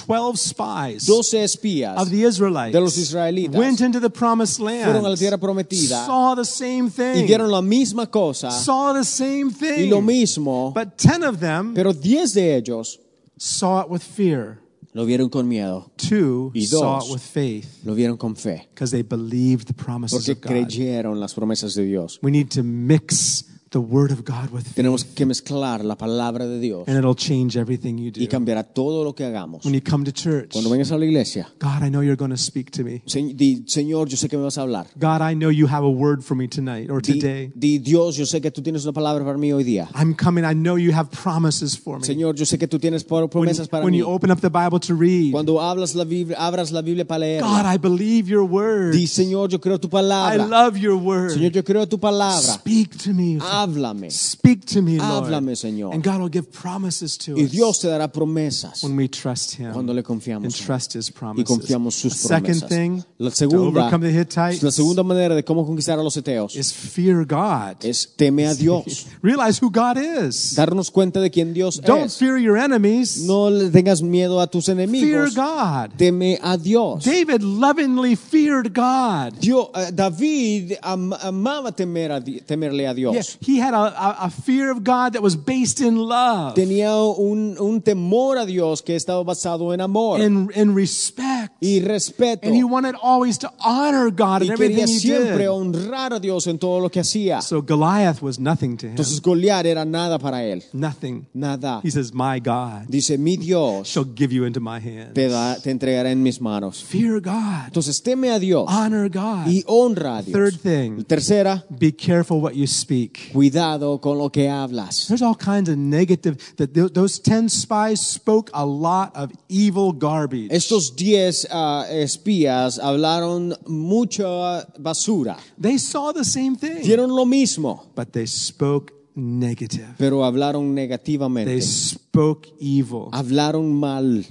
Speaker 1: 12 spies
Speaker 2: 12 espías
Speaker 1: of the Israelites
Speaker 2: de los israelitas
Speaker 1: went into the promised land,
Speaker 2: fueron a la tierra prometida
Speaker 1: saw the same
Speaker 2: y
Speaker 1: thing,
Speaker 2: dieron la misma cosa
Speaker 1: saw the same
Speaker 2: y lo
Speaker 1: thing.
Speaker 2: mismo,
Speaker 1: But 10 of them
Speaker 2: pero 10 de ellos
Speaker 1: saw it with fear.
Speaker 2: Lo vieron con miedo,
Speaker 1: Two
Speaker 2: Y
Speaker 1: saw
Speaker 2: dos.
Speaker 1: it with faith
Speaker 2: lo vieron con fe,
Speaker 1: because they believed the promises
Speaker 2: porque
Speaker 1: of God.
Speaker 2: creyeron las promesas de Dios.
Speaker 1: We need to mix the word of God with faith,
Speaker 2: Tenemos que mezclar la palabra de Dios
Speaker 1: and it'll change everything you
Speaker 2: y
Speaker 1: do.
Speaker 2: cambiará todo lo que hagamos.
Speaker 1: When you come to church,
Speaker 2: Cuando vengas a la iglesia,
Speaker 1: God, I know you're going to speak to me.
Speaker 2: se- di, Señor, yo sé que me vas a hablar.
Speaker 1: God, I know you have a word for me tonight or
Speaker 2: Di,
Speaker 1: today.
Speaker 2: di, Dios, yo sé que tú tienes una palabra para mí hoy día.
Speaker 1: I'm coming. I know you have promises for me.
Speaker 2: Señor, yo sé que tú tienes pro-
Speaker 1: When,
Speaker 2: promesas para
Speaker 1: when
Speaker 2: mí.
Speaker 1: you open up the Bible to read,
Speaker 2: Cuando hablas la Biblia, abras la Biblia para leer,
Speaker 1: God, I believe your word.
Speaker 2: di, Señor, yo creo tu
Speaker 1: I
Speaker 2: palabra.
Speaker 1: love your word.
Speaker 2: Señor, yo creo tu palabra.
Speaker 1: Speak to me.
Speaker 2: Háblame.
Speaker 1: Speak to me, Lord.
Speaker 2: Háblame, Señor.
Speaker 1: And God will give promises to
Speaker 2: Y
Speaker 1: us
Speaker 2: Dios te dará promesas
Speaker 1: when we trust Him
Speaker 2: cuando le
Speaker 1: and
Speaker 2: confiamos. en Él
Speaker 1: trust His
Speaker 2: Y
Speaker 1: promises.
Speaker 2: confiamos sus
Speaker 1: Second thing
Speaker 2: promesas. La
Speaker 1: to
Speaker 2: segunda,
Speaker 1: overcome the Hittites
Speaker 2: la segunda manera de cómo conquistar a los eteos
Speaker 1: is fear God.
Speaker 2: es
Speaker 1: (laughs)
Speaker 2: teme a Dios.
Speaker 1: Realize who God is.
Speaker 2: Darnos cuenta de quién Dios
Speaker 1: Don't
Speaker 2: es.
Speaker 1: fear your enemies.
Speaker 2: No le tengas miedo a tus
Speaker 1: Fear
Speaker 2: enemigos.
Speaker 1: God.
Speaker 2: Teme a Dios.
Speaker 1: David lovingly feared God.
Speaker 2: Dio- eh, David am- amaba temer a Di- temerle a Dios.
Speaker 1: Yeah, he had a, a, a fear of God that was based in love,
Speaker 2: Tenía un, un temor a Dios que estaba basado en amor
Speaker 1: in, in respect.
Speaker 2: y respeto.
Speaker 1: And he wanted always to honor God
Speaker 2: Y
Speaker 1: in everything
Speaker 2: quería
Speaker 1: he
Speaker 2: siempre
Speaker 1: did.
Speaker 2: honrar a Dios en todo lo que hacía.
Speaker 1: So Goliath was nothing to him.
Speaker 2: Entonces Goliat era nada para él.
Speaker 1: Nothing.
Speaker 2: Nada.
Speaker 1: He says, My God
Speaker 2: Dice, mi Dios
Speaker 1: shall give you into my hand.
Speaker 2: te, da- te entregará en mis manos.
Speaker 1: Fear God.
Speaker 2: Entonces teme a Dios
Speaker 1: Honor God.
Speaker 2: y honra a Dios.
Speaker 1: Ah. Third thing,
Speaker 2: Tercera,
Speaker 1: be careful what you speak.
Speaker 2: cuidado con lo que hablas.
Speaker 1: There's all kinds of negative that th- those 10 spies spoke a lot of evil garbage.
Speaker 2: Estos diez ah, espías hablaron mucha basura.
Speaker 1: They saw the same thing,
Speaker 2: Dieron lo mismo,
Speaker 1: but they spoke negative.
Speaker 2: pero hablaron
Speaker 1: They
Speaker 2: negativamente.
Speaker 1: spoke evil.
Speaker 2: Hablaron mal.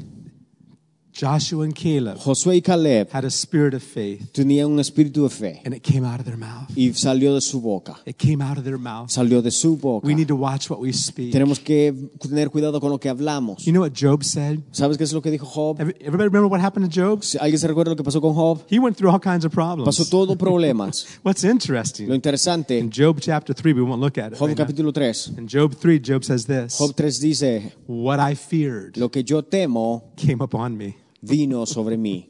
Speaker 1: Joshua and Caleb
Speaker 2: Josué y Caleb
Speaker 1: had a spirit of faith,
Speaker 2: tenían un espíritu de fe
Speaker 1: and it came out of their mouth.
Speaker 2: y salió de su boca.
Speaker 1: It came out of their mouth.
Speaker 2: Salió de su boca.
Speaker 1: We need to watch what we speak.
Speaker 2: Tenemos que tener cuidado con lo que hablamos.
Speaker 1: You know what Job said?
Speaker 2: ¿Sabes qué es lo que dijo Job?
Speaker 1: Every- Everybody remember what happened to Job?
Speaker 2: Si ¿Alguien se recuerda lo que pasó con Job?
Speaker 1: He went through all kinds of
Speaker 2: Pasó
Speaker 1: problems.
Speaker 2: todo problemas.
Speaker 1: What's
Speaker 2: Lo
Speaker 1: interesting, in
Speaker 2: interesante,
Speaker 1: Job chapter 3, we won't look at it.
Speaker 2: Job
Speaker 1: right now.
Speaker 2: capítulo 3,
Speaker 1: In Job 3, Job says this
Speaker 2: Job 3 dice,
Speaker 1: What I feared
Speaker 2: lo que yo temo
Speaker 1: came upon me.
Speaker 2: vino sobre mí.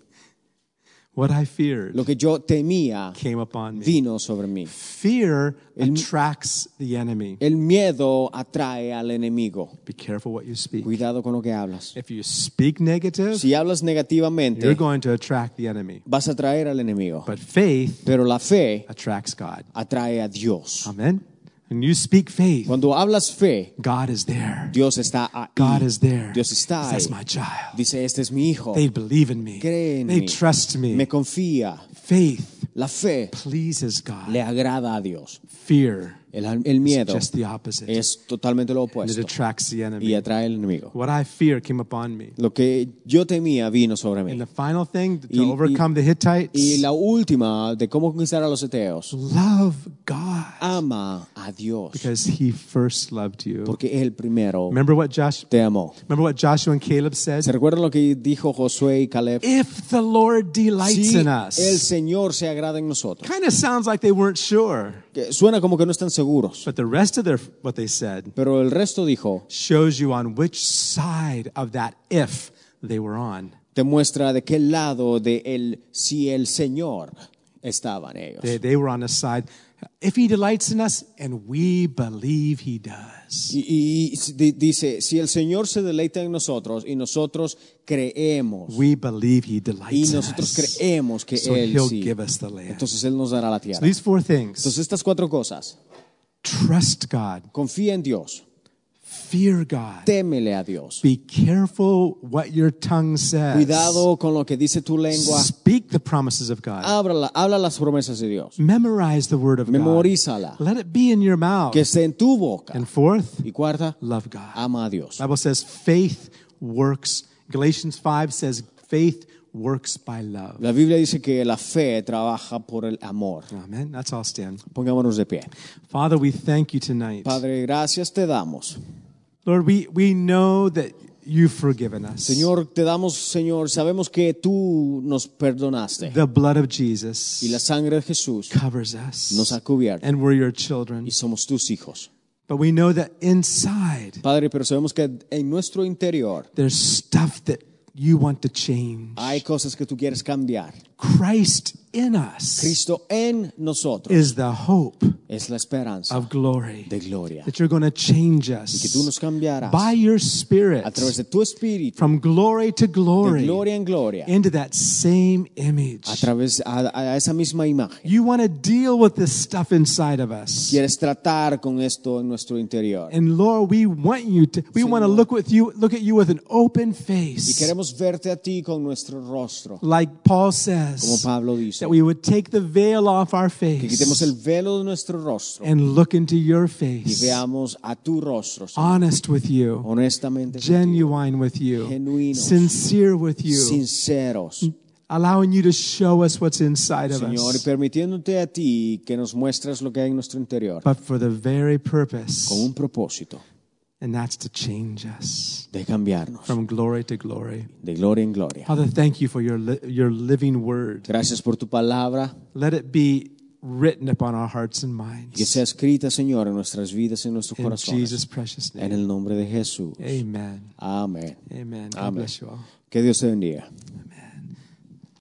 Speaker 1: What I feared
Speaker 2: Lo que yo temía
Speaker 1: came upon me.
Speaker 2: vino sobre mí.
Speaker 1: Fear attracts the enemy.
Speaker 2: El miedo atrae al enemigo.
Speaker 1: Be careful what you speak.
Speaker 2: Cuidado con lo que hablas.
Speaker 1: If you speak negative,
Speaker 2: Si hablas
Speaker 1: you're
Speaker 2: negativamente,
Speaker 1: going to attract the enemy.
Speaker 2: vas a atraer al enemigo.
Speaker 1: But faith
Speaker 2: Pero la fe
Speaker 1: attracts God.
Speaker 2: atrae a Dios.
Speaker 1: Amen. When you speak faith,
Speaker 2: Cuando hablas fe,
Speaker 1: God is there.
Speaker 2: Dios está ahí.
Speaker 1: God is there.
Speaker 2: Dios está ahí.
Speaker 1: That's my child.
Speaker 2: Dice, este es mi hijo.
Speaker 1: They believe in me.
Speaker 2: Cree en
Speaker 1: They
Speaker 2: mí.
Speaker 1: trust
Speaker 2: Me
Speaker 1: me.
Speaker 2: confía.
Speaker 1: Faith
Speaker 2: La fe
Speaker 1: pleases God.
Speaker 2: le agrada a Dios.
Speaker 1: Fear
Speaker 2: El, el
Speaker 1: is
Speaker 2: miedo
Speaker 1: just the opposite. And
Speaker 2: es totalmente lo
Speaker 1: it
Speaker 2: opuesto
Speaker 1: attracts the
Speaker 2: y
Speaker 1: enemy.
Speaker 2: atrae al enemigo.
Speaker 1: What I fear came upon me.
Speaker 2: Lo que yo temía vino sobre
Speaker 1: And
Speaker 2: mí.
Speaker 1: the final thing to
Speaker 2: Y- y-
Speaker 1: overcome the
Speaker 2: Y
Speaker 1: Hittites,
Speaker 2: la última de cómo conquistar a los eteos,
Speaker 1: love God
Speaker 2: ama a Dios
Speaker 1: because he first loved you.
Speaker 2: porque él primero
Speaker 1: Remember what Josh
Speaker 2: te amó.
Speaker 1: Remember what Joshua and Caleb
Speaker 2: ¿Se
Speaker 1: said?
Speaker 2: recuerdan lo que dijo Josué y Caleb?
Speaker 1: If the Lord delights
Speaker 2: Si
Speaker 1: in
Speaker 2: el
Speaker 1: us.
Speaker 2: Señor se agrada en nosotros.
Speaker 1: Kind of sounds like they weren't sure.
Speaker 2: Que suena como que no están seguros,
Speaker 1: But the rest of their what they said
Speaker 2: pero el resto dijo,
Speaker 1: shows you on which side of that if they were on.
Speaker 2: te muestra de qué lado de él, si el Señor estaban ellos.
Speaker 1: They, they were on the side. If he delights in us, and we believe he does.
Speaker 2: Y, y di- dice, si el Señor se deleita en nosotros y nosotros creemos,
Speaker 1: We believe he
Speaker 2: y
Speaker 1: delights in
Speaker 2: nosotros
Speaker 1: us.
Speaker 2: creemos que
Speaker 1: So
Speaker 2: Él
Speaker 1: he'll
Speaker 2: sí,
Speaker 1: give us the land.
Speaker 2: entonces Él nos dará la tierra.
Speaker 1: These four things
Speaker 2: Entonces estas cuatro cosas,
Speaker 1: trust God,
Speaker 2: confía en Dios,
Speaker 1: fear God,
Speaker 2: témele a Dios,
Speaker 1: be careful what your tongue says.
Speaker 2: cuidado con lo que dice tu lengua, Ah.
Speaker 1: Speak the promises of God.
Speaker 2: Ábrala- habla las promesas de Dios,
Speaker 1: Memorize the word of God.
Speaker 2: memorízala,
Speaker 1: Let it be in your mouth.
Speaker 2: que Ah. esté en tu boca.
Speaker 1: And fourth,
Speaker 2: Y cuarta,
Speaker 1: love God.
Speaker 2: ama a Dios.
Speaker 1: Bible says faith works. Galatians 5 says faith works by love.
Speaker 2: La Biblia dice que la fe trabaja por el amor.
Speaker 1: Amen. That's all stand.
Speaker 2: Pongámonos de pie.
Speaker 1: Father, we thank you tonight.
Speaker 2: Padre, gracias te damos.
Speaker 1: Lord, we, we know that you've forgiven us.
Speaker 2: Señor, te damos, Señor, sabemos que tú nos perdonaste
Speaker 1: The blood of
Speaker 2: y la
Speaker 1: Jesus
Speaker 2: sangre de Jesús
Speaker 1: covers
Speaker 2: nos
Speaker 1: us.
Speaker 2: ha cubierto
Speaker 1: And we're your children.
Speaker 2: y somos tus hijos.
Speaker 1: But we know that inside
Speaker 2: Padre, pero sabemos que en nuestro interior
Speaker 1: there's stuff that you want to change.
Speaker 2: hay cosas que tú quieres cambiar.
Speaker 1: Christ in us
Speaker 2: Cristo en nosotros
Speaker 1: is the hope
Speaker 2: es la esperanza
Speaker 1: of glory.
Speaker 2: de gloria.
Speaker 1: That you're going to change
Speaker 2: Que tú
Speaker 1: us
Speaker 2: nos cambiarás
Speaker 1: by your
Speaker 2: a
Speaker 1: spirit
Speaker 2: través de tu espíritu,
Speaker 1: from glory to
Speaker 2: de
Speaker 1: glory
Speaker 2: gloria en gloria,
Speaker 1: into that same image.
Speaker 2: a través a, a esa misma imagen.
Speaker 1: You want to deal with this stuff inside of us.
Speaker 2: Quieres tratar con esto en nuestro interior.
Speaker 1: And Lord, we want you to we want to look with you look at you with an open
Speaker 2: Y
Speaker 1: face.
Speaker 2: queremos verte a ti con nuestro rostro,
Speaker 1: Like Paul
Speaker 2: como
Speaker 1: says,
Speaker 2: Pablo dice,
Speaker 1: that we would take the veil off our
Speaker 2: que quitemos
Speaker 1: face
Speaker 2: el velo de nuestro rostro
Speaker 1: and look into your
Speaker 2: y
Speaker 1: face.
Speaker 2: veamos a tu rostro, Señor,
Speaker 1: Honest with you,
Speaker 2: honestamente, contigo,
Speaker 1: genuine with you,
Speaker 2: Genuinos.
Speaker 1: sincere with you,
Speaker 2: sinceros,
Speaker 1: allowing you to show us what's inside of
Speaker 2: Señor, y
Speaker 1: us.
Speaker 2: permitiéndote a ti que nos muestres lo que hay en nuestro interior
Speaker 1: But for the very
Speaker 2: con
Speaker 1: purpose,
Speaker 2: un propósito
Speaker 1: and that's to change us
Speaker 2: de cambiarnos
Speaker 1: from glory to glory.
Speaker 2: de gloria en gloria.
Speaker 1: Father, thank you for your, li- your living word.
Speaker 2: Gracias por tu palabra
Speaker 1: Let it be written upon our hearts and
Speaker 2: que
Speaker 1: minds.
Speaker 2: sea escrita, Señor, en nuestras vidas, en nuestros
Speaker 1: In
Speaker 2: corazones,
Speaker 1: Jesus' precious
Speaker 2: en
Speaker 1: name.
Speaker 2: el nombre de Jesús.
Speaker 1: Amen.
Speaker 2: Amén.
Speaker 1: Amen. God
Speaker 2: Amen.
Speaker 1: bless you all.
Speaker 2: Que Dios te bendiga.
Speaker 1: Amen.